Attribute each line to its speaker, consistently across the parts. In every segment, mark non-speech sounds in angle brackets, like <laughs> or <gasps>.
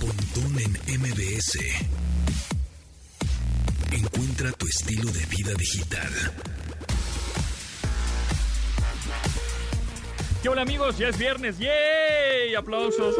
Speaker 1: Pontón en MBS. Encuentra tu estilo de vida digital.
Speaker 2: ¿Qué hola amigos? Ya es viernes. ¡Yay! <laughs> ¡Aplausos!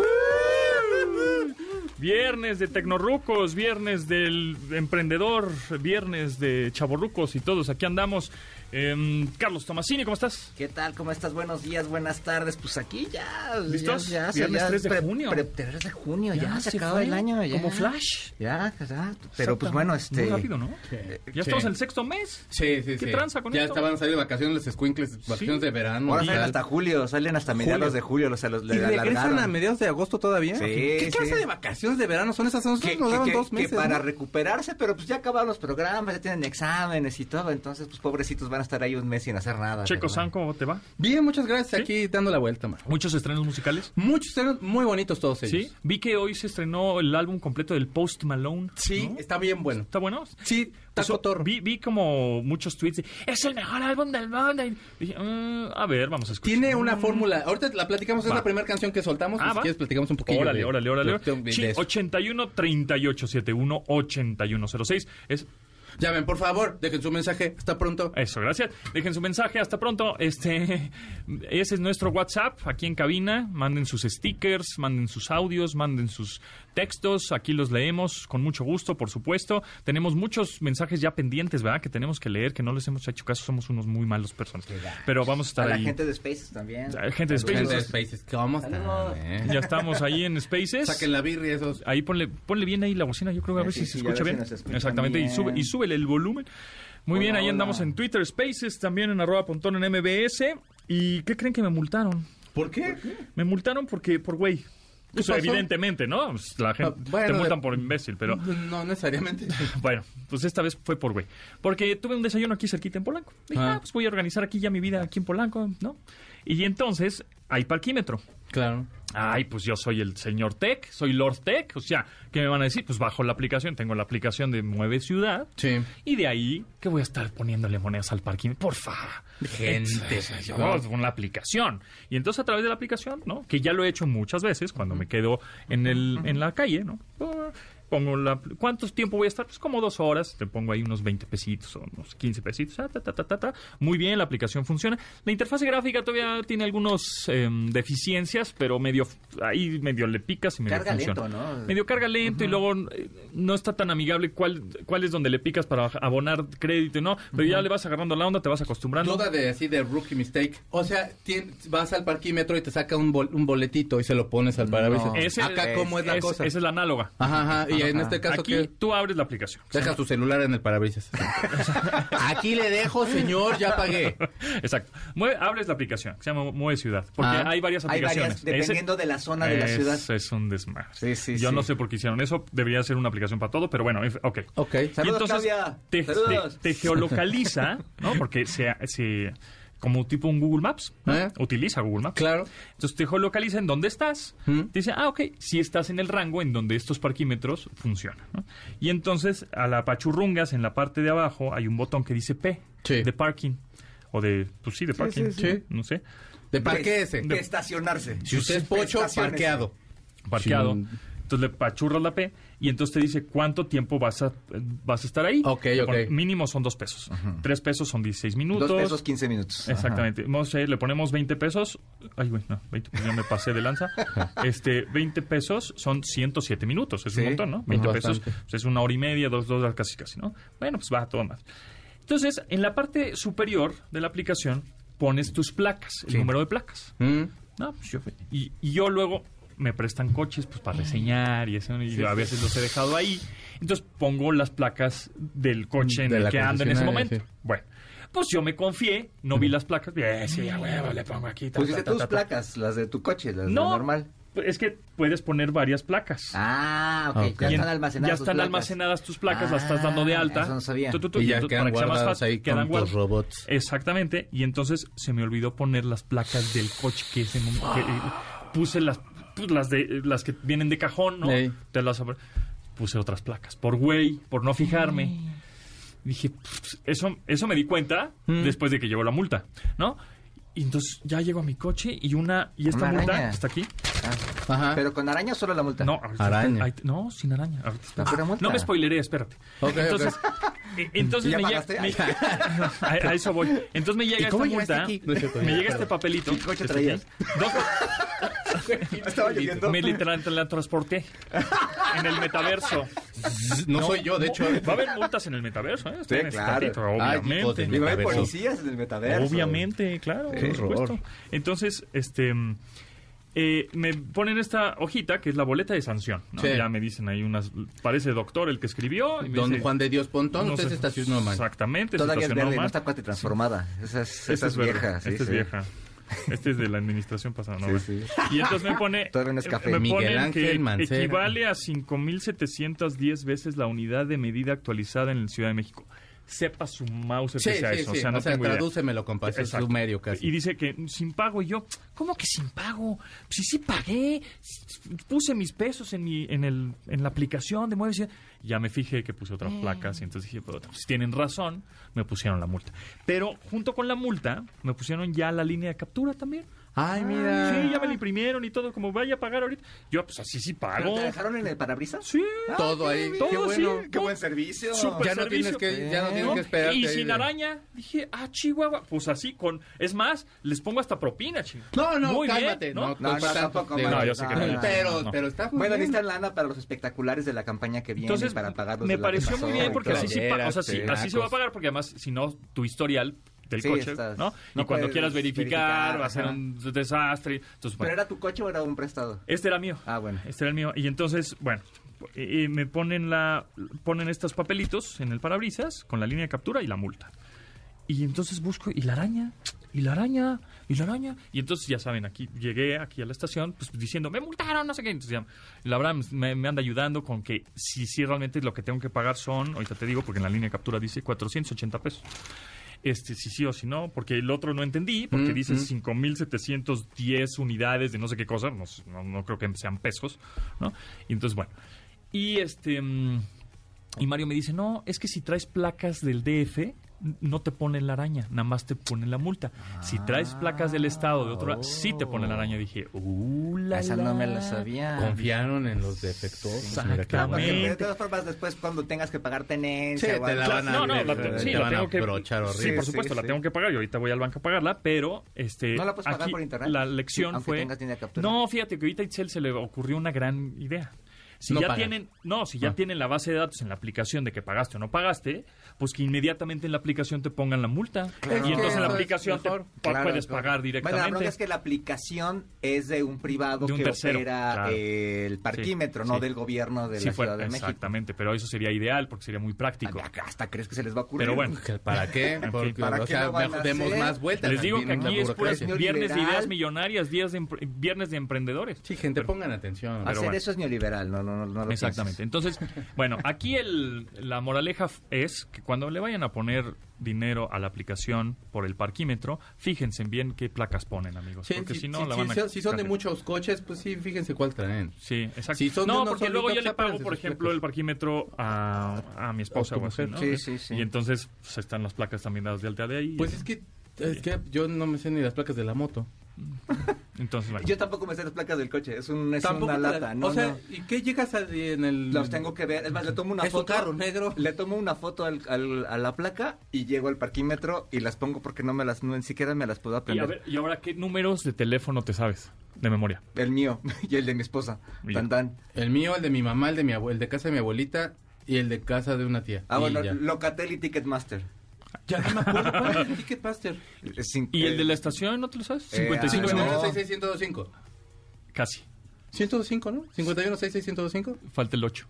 Speaker 2: Viernes de Tecnorucos, viernes del emprendedor, viernes de Chavorrucos y todos. Aquí andamos. Em, Carlos Tomasini, ¿cómo estás?
Speaker 3: ¿Qué tal? ¿Cómo estás? Buenos días, buenas tardes. Pues aquí ya.
Speaker 2: ¿Listos?
Speaker 3: Ya, ya,
Speaker 2: Viernes 3 de junio.
Speaker 3: 3 de junio, ya, se,
Speaker 2: acabó
Speaker 3: acaba el año. Ya.
Speaker 2: Como flash.
Speaker 3: Ya, ya. Pero pues bueno, este.
Speaker 2: Muy rápido, ¿no? Eh, Ya
Speaker 4: Sí.
Speaker 2: estamos en el sexto mes.
Speaker 4: Sí, sí,
Speaker 2: ¿Qué
Speaker 4: sí.
Speaker 2: tranza con
Speaker 4: ya
Speaker 2: esto?
Speaker 4: estaban saliendo de vacaciones los escuincles, vacaciones de verano.
Speaker 3: Ahora
Speaker 4: y
Speaker 3: salen
Speaker 4: tal.
Speaker 3: hasta julio, salen hasta mediados de julio, los, los
Speaker 4: y regresan a
Speaker 3: alargaron.
Speaker 4: mediados de agosto todavía.
Speaker 3: Sí,
Speaker 4: ¿Qué
Speaker 3: sí.
Speaker 4: clase de vacaciones de verano son esas? A Nosotros
Speaker 3: que,
Speaker 4: nos
Speaker 3: que-
Speaker 4: daban
Speaker 3: que-
Speaker 4: dos
Speaker 3: que
Speaker 4: meses.
Speaker 3: para
Speaker 4: ¿no?
Speaker 3: recuperarse, pero pues ya acabaron los programas, ya tienen exámenes y todo, entonces pues pobrecitos van a estar ahí un mes sin hacer nada.
Speaker 2: Checo
Speaker 3: pero
Speaker 2: San,
Speaker 3: bueno.
Speaker 2: ¿cómo te va?
Speaker 4: Bien, muchas gracias.
Speaker 2: ¿Sí?
Speaker 4: Aquí dando la vuelta, man.
Speaker 2: Muchos estrenos musicales.
Speaker 4: Muchos estrenos muy bonitos todos ellos.
Speaker 2: Sí. Vi que hoy se estrenó el álbum completo del Post Malone.
Speaker 4: Sí,
Speaker 2: ¿no?
Speaker 4: está bien bueno.
Speaker 2: ¿Está bueno?
Speaker 4: Sí, está
Speaker 2: Pues,
Speaker 4: cotorro.
Speaker 2: vi, vi como muchos tweets de, es el mejor álbum del mundo. Y dije, "Mm, a ver, vamos a escuchar.
Speaker 4: Tiene una fórmula. Ahorita la platicamos, es
Speaker 2: Mm. Va.
Speaker 4: la primera canción que soltamos.
Speaker 2: Ah,
Speaker 4: y si
Speaker 2: va.
Speaker 4: quieres, platicamos un poquito.
Speaker 2: Órale, órale, órale. Sí,
Speaker 4: Sí,
Speaker 2: 81 38 71 81 06. Es
Speaker 4: Llamen, por favor, dejen su mensaje. Hasta pronto.
Speaker 2: eso, gracias. Dejen su mensaje, hasta pronto. Este, <laughs> ese es nuestro WhatsApp aquí en cabina. Manden sus stickers, manden sus audios, manden sus textos. Aquí los leemos con mucho gusto, por supuesto. Tenemos muchos mensajes ya pendientes, ¿verdad? Que tenemos que leer, que no les hemos hecho caso. Somos unos muy malos personas. Pero vamos a estar
Speaker 3: A la
Speaker 2: ahí.
Speaker 3: gente de Spaces también. pues,
Speaker 2: La gente de
Speaker 4: Gente de
Speaker 2: Spaces.
Speaker 4: Spaces, ¿cómo están? eh?
Speaker 2: Ya estamos ahí en Spaces.
Speaker 4: Saquen la birria esos.
Speaker 2: Ahí ponle, ponle bien ahí la bocina, yo creo que a ver
Speaker 3: Sí,
Speaker 2: si se
Speaker 3: sí, a ver
Speaker 2: escucha
Speaker 3: si
Speaker 2: bien.
Speaker 3: nos escuchan
Speaker 2: Exactamente, y
Speaker 3: bien.
Speaker 2: sube y súbele el volumen. Muy
Speaker 3: Hola,
Speaker 2: bien, ahí
Speaker 3: hola.
Speaker 2: andamos en Twitter Spaces, también en arroba pontón en MBS. ¿Y qué creen que me multaron?
Speaker 4: ¿Por qué?
Speaker 2: Me multaron porque, por güey.
Speaker 4: ¿Qué
Speaker 2: O sea,
Speaker 4: pasó?
Speaker 2: evidentemente, ¿no? Pues, La gente
Speaker 4: Ah, bueno,
Speaker 2: te multan
Speaker 4: de-
Speaker 2: por imbécil, pero
Speaker 4: No necesariamente.
Speaker 2: bueno, pues esta vez fue por güey. Porque tuve un desayuno aquí cerquita en Polanco. Dije,
Speaker 4: Ah.
Speaker 2: ah, pues voy a organizar aquí ya mi vida aquí en Polanco, ¿no? Y entonces hay parquímetro.
Speaker 4: <laughs> Claro.
Speaker 2: Ay, pues yo soy el señor Tech, soy Lord Tech. O sea, ¿qué me van a decir? Pues bajo la aplicación, tengo la aplicación de Mueve Ciudad.
Speaker 4: Sí.
Speaker 2: Y de ahí que voy a estar poniéndole monedas al parking. Porfa.
Speaker 4: Gente,
Speaker 2: Entonces, pues, yo,
Speaker 4: ¿no?
Speaker 2: Con la aplicación. Y entonces a través de la aplicación, ¿no? Que ya lo he hecho muchas veces cuando me quedo en, el, en la calle, ¿no? Ah, Pongo la... ¿Cuánto tiempo voy a estar? Pues como dos horas. Te pongo ahí unos 20 pesitos o unos 15 pesitos. Ah, ta, ta, ta, ta, ta. Muy bien, la aplicación funciona. La interfase gráfica todavía tiene algunas deficiencias, pero medio... Ahí medio le picas y medio
Speaker 3: Carga
Speaker 2: funciona.
Speaker 3: lento, ¿no?
Speaker 2: Medio carga lento y luego eh, no está tan amigable cuál, cuál es donde le picas para abonar crédito y no, pero ya le vas agarrando la onda, te vas acostumbrando.
Speaker 4: Duda de así de rookie mistake. O sea, tien- vas al parquímetro y te saca un, bol- un boletito y se lo pones al parabrisas.
Speaker 3: No.
Speaker 2: Ese-
Speaker 4: Acá cómo es la
Speaker 2: Es-
Speaker 4: cosa.
Speaker 2: Esa es la análoga.
Speaker 4: Ajá, ajá. Y en este caso
Speaker 2: Aquí
Speaker 4: que
Speaker 2: tú abres la aplicación. <laughs>
Speaker 4: dejas tu celular en el parabrisas. Aquí le dejo, señor, ya pagué.
Speaker 2: Exacto. Mueve- abres la aplicación, que se llama Mueve Ciudad, porque
Speaker 4: Ah.
Speaker 2: hay varias
Speaker 3: Hay
Speaker 2: aplicaciones.
Speaker 3: varias, dependiendo de la zona de la ciudad.
Speaker 2: Eso es un desmadre.
Speaker 3: Sí, sí,
Speaker 2: Yo
Speaker 3: sí.
Speaker 2: no sé por qué hicieron eso. Debería ser una aplicación para todo, pero bueno, en fin, ok.
Speaker 4: Ok.
Speaker 2: y
Speaker 3: Saludos,
Speaker 2: entonces
Speaker 3: Claudia.
Speaker 2: te,
Speaker 3: Saludos.
Speaker 2: te- te geolocaliza, ¿no? Porque se, se- como tipo un Google Maps, ¿no?
Speaker 4: ¿Eh?
Speaker 2: utiliza Google Maps.
Speaker 4: Claro.
Speaker 2: Entonces te geolocaliza en dónde estás.
Speaker 4: ¿Mm?
Speaker 2: Te dice, ah, ok, si estás en el rango en donde estos parquímetros funcionan. ¿no? Y entonces a la pachurrungas en la parte de abajo hay un botón que dice P,
Speaker 4: Sí.
Speaker 2: de parking. O de, pues sí, de parking.
Speaker 4: sí, sí.
Speaker 2: No sé.
Speaker 4: De parque ese.
Speaker 3: Pues, De estacionarse.
Speaker 4: Si usted es pocho,
Speaker 3: Estaciones.
Speaker 4: parqueado.
Speaker 2: parqueado.
Speaker 4: Sí.
Speaker 2: Entonces le pachurras la P y entonces te dice cuánto tiempo vas a, vas a estar ahí.
Speaker 4: Ok, ok.
Speaker 2: Pon- Mínimo son dos pesos. Tres pesos son 16 minutos.
Speaker 3: Dos pesos, 15 minutos.
Speaker 2: Exactamente. No sé, le ponemos 20 pesos. Ay, güey, no, 20, pues ya me pasé de
Speaker 3: <laughs>
Speaker 2: lanza. este, 20 pesos son 107 minutos. Es un
Speaker 3: Sí,
Speaker 2: montón, ¿no? 20 pesos
Speaker 4: bastante.
Speaker 2: pues, es una hora y media, dos, dos horas casi, casi, ¿no? Bueno, pues va todo más. Entonces, en la parte superior de la aplicación pones tus placas, el número de placas.
Speaker 4: Mm.
Speaker 2: No, pues yo, y, y yo luego me prestan coches pues para reseñar y eso y yo a veces los he dejado ahí. Entonces pongo las placas del coche en
Speaker 4: De
Speaker 2: el
Speaker 4: la
Speaker 2: que ando en ese momento.
Speaker 4: concesionaria,
Speaker 2: Bueno, pues yo me confié, no vi las placas, bien, sí, a huevo, le pongo aquí. ta,
Speaker 3: Pusiste
Speaker 2: ta, ta,
Speaker 3: tus
Speaker 2: ta, ta.
Speaker 3: placas, las de tu coche, las de
Speaker 2: No,
Speaker 3: normal.
Speaker 2: es que puedes poner varias placas.
Speaker 3: Ah, ok.
Speaker 4: Ok.
Speaker 3: Ya
Speaker 2: Y en-
Speaker 3: están almacenadas.
Speaker 2: ya
Speaker 3: tus
Speaker 2: están
Speaker 3: placas.
Speaker 2: almacenadas tus placas, las
Speaker 3: Ah,
Speaker 2: estás dando de alta.
Speaker 3: eso no sabía.
Speaker 2: Tu, tu, tu,
Speaker 4: Y ya
Speaker 2: tu,
Speaker 4: quedan
Speaker 2: para que sea más
Speaker 4: guardadas
Speaker 2: fácil,
Speaker 4: ahí
Speaker 2: quedan
Speaker 4: con tus
Speaker 2: guardadas.
Speaker 4: robots.
Speaker 2: Exactamente. Y entonces se me olvidó poner las placas del coche que ese momento que, eh, puse las pues, las de las que vienen de cajón, ¿no?
Speaker 4: Ey.
Speaker 2: Te las abro- puse otras placas por güey, por no fijarme. Dije, "Pff, eso eso me di cuenta
Speaker 4: Mm.
Speaker 2: después de que llegó la multa, ¿no? Y entonces ya llego a mi coche y una y esta
Speaker 3: Una
Speaker 2: multa
Speaker 3: araña.
Speaker 2: que está aquí.
Speaker 4: Ajá.
Speaker 3: Ah, Pero con araña solo la multa.
Speaker 2: Ah. No, ahorita-
Speaker 4: Araña.
Speaker 2: ahí- no, sin araña. ahorita está.
Speaker 3: No, pero multa.
Speaker 2: No me spoileré, espérate.
Speaker 4: Ok, ok.
Speaker 2: entonces, eh, entonces
Speaker 3: ¿Ya
Speaker 2: me llega. <laughs>
Speaker 3: pagaste?
Speaker 2: me- a, a eso voy. Entonces me llega
Speaker 4: ¿Y cómo
Speaker 2: esta
Speaker 4: llegaste
Speaker 2: multa.
Speaker 4: aquí? No es cierto,
Speaker 2: Me
Speaker 4: ya,
Speaker 2: llega este
Speaker 4: perdón.
Speaker 2: papelito.
Speaker 3: ¿Qué coche
Speaker 2: Este
Speaker 3: traías?
Speaker 2: aquí. Dos,
Speaker 3: <laughs> <laughs> Estaba lloviendo.
Speaker 2: me literal la transporté en el metaverso.
Speaker 4: No, soy yo, de hecho.
Speaker 2: Va a haber multas en el metaverso, ¿eh? Esperen este
Speaker 3: claro.
Speaker 2: ratito,
Speaker 4: Ay, hijos de
Speaker 2: obviamente.
Speaker 4: mil.
Speaker 3: Digo, hay
Speaker 4: Metaverso.
Speaker 3: policías en el metaverso.
Speaker 2: Obviamente, claro,
Speaker 3: Qué
Speaker 2: por
Speaker 3: horror.
Speaker 2: supuesto. Entonces, este mm, eh, me ponen esta hojita que es la boleta de sanción. ¿no?
Speaker 4: Sí.
Speaker 2: Ya me dicen ahí unas, parece doctor el que escribió. y me
Speaker 4: Don
Speaker 2: dice,
Speaker 4: Juan de Dios Pontón,
Speaker 2: no
Speaker 4: usted
Speaker 2: sé,
Speaker 4: es estación normal.
Speaker 2: Exactamente,
Speaker 3: Todavía es
Speaker 2: estacionó
Speaker 3: verde, no
Speaker 2: mal.
Speaker 3: está cuate transformada. Esa es,
Speaker 2: Esta
Speaker 3: esa es
Speaker 2: verde,
Speaker 3: vieja. sí,
Speaker 2: esta es
Speaker 3: sí.
Speaker 2: vieja. Este es de la administración pasada, ¿no?
Speaker 3: Sí,
Speaker 2: Bueno.
Speaker 3: sí.
Speaker 2: Y entonces me pone.
Speaker 3: <laughs>
Speaker 2: eh,
Speaker 3: Todavía no es café.
Speaker 2: Me
Speaker 4: Miguel
Speaker 2: ponen
Speaker 4: Ángel
Speaker 2: que
Speaker 4: Mancera.
Speaker 2: equivale a 5.710 veces la unidad de medida actualizada en la Ciudad de México. Sepa su mouse que
Speaker 4: Sí,
Speaker 2: sea
Speaker 4: sí,
Speaker 2: eso.
Speaker 4: sí.
Speaker 2: O sea, no tengo idea.
Speaker 4: tradúcemelo, compa. eso Es
Speaker 2: Exacto.
Speaker 4: sumerio casi.
Speaker 2: Y dice que sin pago. Y yo, ¿cómo que sin pago? Si sí pagué, puse mis pesos en mi, en el, en la aplicación de Mueve Ciudad. Ya me fijé que puse
Speaker 4: Eh.
Speaker 2: otras placas y entonces dije, pero si tienen razón, me pusieron la multa. Pero junto con la multa, me pusieron ya la línea de captura también. Ah,
Speaker 4: Ay, mira.
Speaker 2: Sí, ya me la imprimieron y todo, como vaya a pagar ahorita. Yo, pues así sí
Speaker 3: ¿Pero
Speaker 2: pago.
Speaker 3: te dejaron en el parabrisas?
Speaker 2: Sí.
Speaker 4: Todo ahí.
Speaker 2: Todo
Speaker 4: Qué bueno.
Speaker 2: sí.
Speaker 3: Qué buen servicio.
Speaker 2: Súper
Speaker 4: Ya no
Speaker 2: servicio.
Speaker 4: tienes que, ya no
Speaker 3: Eh.
Speaker 4: tienes que esperarte.
Speaker 2: Y
Speaker 4: ahí
Speaker 2: sin
Speaker 4: de-
Speaker 2: araña, dije, ah, Chihuahua. Pues así, con. Es más, les pongo hasta propina, chingada.
Speaker 4: No, no,
Speaker 2: Muy bien,
Speaker 4: cálmate. no,
Speaker 3: No,
Speaker 4: no,
Speaker 3: no,
Speaker 4: tanto,
Speaker 3: tampoco,
Speaker 4: digo,
Speaker 2: no, yo sé que no,
Speaker 3: no,
Speaker 4: Pero,
Speaker 2: no.
Speaker 4: pero está muy
Speaker 3: Bueno,
Speaker 4: bien.
Speaker 3: necesitan lana para los espectaculares de la campaña que viene
Speaker 2: Entonces,
Speaker 3: para pagar los
Speaker 2: me
Speaker 3: de la
Speaker 2: pareció
Speaker 3: pasó
Speaker 2: muy
Speaker 3: y
Speaker 2: bien porque
Speaker 3: todo.
Speaker 2: así, sí, pa- o sea, sí,
Speaker 4: playeras,
Speaker 2: así se va a
Speaker 4: tacos.
Speaker 2: pagar porque además, si no, tu historial del
Speaker 3: Sí,
Speaker 2: coche,
Speaker 3: estás-
Speaker 2: ¿no? Y
Speaker 3: no
Speaker 2: cuando
Speaker 3: puedes
Speaker 2: quieras verificar,
Speaker 3: verificar,
Speaker 2: va a ser
Speaker 3: ajá.
Speaker 2: un desastre. Entonces,
Speaker 3: ¿Pero
Speaker 2: bueno,
Speaker 3: era tu coche o era un prestado?
Speaker 2: este era mío.
Speaker 3: Ah, bueno.
Speaker 2: Este era el mío. Y entonces, bueno, eh, eh, me ponen la ponen estos papelitos en el parabrisas con la línea de captura y la multa. Y entonces busco, y la araña, y la araña, y la araña. Y entonces, ya saben, aquí llegué aquí a la estación pues, diciendo, me multaron, no sé qué. Entonces, ya, la verdad, me, me anda ayudando con que si, si realmente lo que tengo que pagar son, ahorita te digo, porque en la línea de captura dice 480 pesos. Este, si sí o si no, porque el otro no entendí, porque
Speaker 4: Mm,
Speaker 2: dice
Speaker 4: mm.
Speaker 2: 5.710 unidades de no sé qué cosa, no, sé, no- no creo que sean pesos, ¿no? Y entonces, bueno. Y este... mm, y Mario me dice, no, es que si traes placas del DF, n- no te ponen la araña, nada más te ponen la multa. Si traes placas del Estado, de otro lado, sí te ponen la araña. Dije, uh, la,
Speaker 3: Ah. Esa no me la
Speaker 2: la".
Speaker 3: sabía.
Speaker 4: Confiaron en los defectosos.
Speaker 2: mira qué bueno.
Speaker 3: Porque de
Speaker 2: Exactamente.
Speaker 3: todas formas, después cuando tengas que pagar
Speaker 4: Sí,
Speaker 3: tenencia
Speaker 4: te
Speaker 3: o algo,
Speaker 4: la van a, eh,
Speaker 2: No, no, la-
Speaker 4: te
Speaker 2: sí, la
Speaker 4: van a
Speaker 2: tengo que-
Speaker 4: brochar
Speaker 2: Sí,
Speaker 4: horrible.
Speaker 2: por
Speaker 3: sí,
Speaker 2: supuesto, la
Speaker 3: sí.
Speaker 2: tengo que pagar y ahorita voy al banco a pagarla, pero este
Speaker 3: ¿No la puedes pagar
Speaker 2: aquí
Speaker 3: por internet?
Speaker 2: La lección
Speaker 3: Aunque
Speaker 2: fue
Speaker 3: tengas línea de captura.
Speaker 2: No, fíjate que ahorita a Itzel se le ocurrió una gran idea. Si
Speaker 4: No
Speaker 2: ya
Speaker 4: pagar.
Speaker 2: tienen, no, si ya
Speaker 4: Ah.
Speaker 2: tienen la base de datos en la aplicación de que pagaste o no pagaste, pues que inmediatamente en la aplicación te pongan la multa
Speaker 3: Claro.
Speaker 2: y entonces en la
Speaker 4: Es que
Speaker 2: aplicación
Speaker 4: es
Speaker 2: te
Speaker 4: mejor.
Speaker 2: pa-
Speaker 3: Claro,
Speaker 2: puedes
Speaker 3: claro.
Speaker 2: pagar
Speaker 3: Bueno, la
Speaker 2: directamente.
Speaker 3: bronca es que la aplicación es de un privado
Speaker 2: De un
Speaker 3: que
Speaker 2: tercero,
Speaker 3: opera
Speaker 2: claro.
Speaker 3: el parquímetro,
Speaker 2: Sí,
Speaker 3: no
Speaker 2: sí.
Speaker 3: del gobierno de
Speaker 2: Si
Speaker 3: la
Speaker 2: fuera-
Speaker 3: Ciudad de México.
Speaker 2: exactamente, pero eso sería ideal porque sería muy práctico.
Speaker 3: Hasta, hasta crees que se les va a ocurrir.
Speaker 2: Pero bueno,
Speaker 4: Que ¿Para qué? Porque,
Speaker 3: ¿Para
Speaker 4: o
Speaker 3: qué
Speaker 4: sea,
Speaker 3: lo van a
Speaker 4: mejor demos
Speaker 3: hacer?
Speaker 4: más vueltas.
Speaker 2: les digo que
Speaker 4: también en la
Speaker 2: aquí es puras
Speaker 4: burocracia.
Speaker 3: burocracia.
Speaker 2: viernes de ideas
Speaker 3: Neoliberal.
Speaker 2: millonarias, días de empre- viernes de emprendedores.
Speaker 4: Sí, gente, pongan atención.
Speaker 2: pero
Speaker 3: Hacer
Speaker 2: bueno.
Speaker 3: eso es neoliberal, no, no, no, no lo
Speaker 2: Exactamente. Entonces, bueno, aquí el, la moraleja f- es que cuando le vayan a poner dinero a la aplicación por el parquímetro, fíjense bien qué placas ponen, amigos.
Speaker 4: Sí,
Speaker 2: porque
Speaker 4: sí,
Speaker 2: si no,
Speaker 4: sí,
Speaker 2: la
Speaker 4: sí,
Speaker 2: van a...
Speaker 4: sí, Si son de
Speaker 2: cajetear.
Speaker 4: muchos coches, pues sí, fíjense cuál traen.
Speaker 2: Sí, exacto.
Speaker 4: Si son de
Speaker 2: no,
Speaker 4: uno
Speaker 2: porque
Speaker 4: solito,
Speaker 2: luego yo
Speaker 4: pues,
Speaker 2: le pago,
Speaker 4: apárense
Speaker 2: por
Speaker 4: sus
Speaker 2: ejemplo,
Speaker 4: placas.
Speaker 2: el parquímetro a, a mi esposa
Speaker 4: O tu
Speaker 2: o así,
Speaker 4: mujer.
Speaker 2: ¿no?
Speaker 3: Sí, sí, sí.
Speaker 2: Y entonces pues, están las placas también dadas de alta de ahí.
Speaker 4: Pues es que, es que yo no me sé ni las placas de la moto.
Speaker 2: Entonces, bueno.
Speaker 3: Yo tampoco me sé las placas del coche, es, un, es una
Speaker 4: te la-
Speaker 3: lata. No,
Speaker 4: o sea,
Speaker 3: no.
Speaker 4: ¿y qué llegas a, en el...?
Speaker 3: Los tengo que ver. mm, Es más, le tomo una
Speaker 4: Es un
Speaker 3: foto.
Speaker 4: carro negro.
Speaker 3: <laughs> Le tomo una foto al- al- a la placa y llego al parquímetro y las pongo porque no me las, no, ni siquiera me las
Speaker 2: y,
Speaker 3: puedo
Speaker 2: a
Speaker 3: aprender.
Speaker 2: ver, ¿Y ahora qué números de teléfono te sabes de memoria?
Speaker 3: El mío <laughs> y el de mi esposa.
Speaker 2: Mira.
Speaker 3: Tan tan.
Speaker 4: El mío, el de mi mamá, el de mi abue- el de casa de mi abuelita y el de casa de una tía.
Speaker 3: Ah,
Speaker 4: Y
Speaker 3: bueno,
Speaker 4: ya.
Speaker 3: Locatel y Ticketmaster.
Speaker 4: Ya no me acuerdo. ¿Cuál <laughs> es el Ticketmaster?
Speaker 3: Eh, sin-
Speaker 2: ¿Y el
Speaker 3: eh,
Speaker 2: de la estación no te lo sabes?
Speaker 3: Eh,
Speaker 2: 55,
Speaker 3: ah,
Speaker 2: ¿no?
Speaker 3: no.
Speaker 4: 51-66-1025.
Speaker 2: Casi.
Speaker 4: 105, ¿no? 51-66-1025.
Speaker 2: Falta el 8.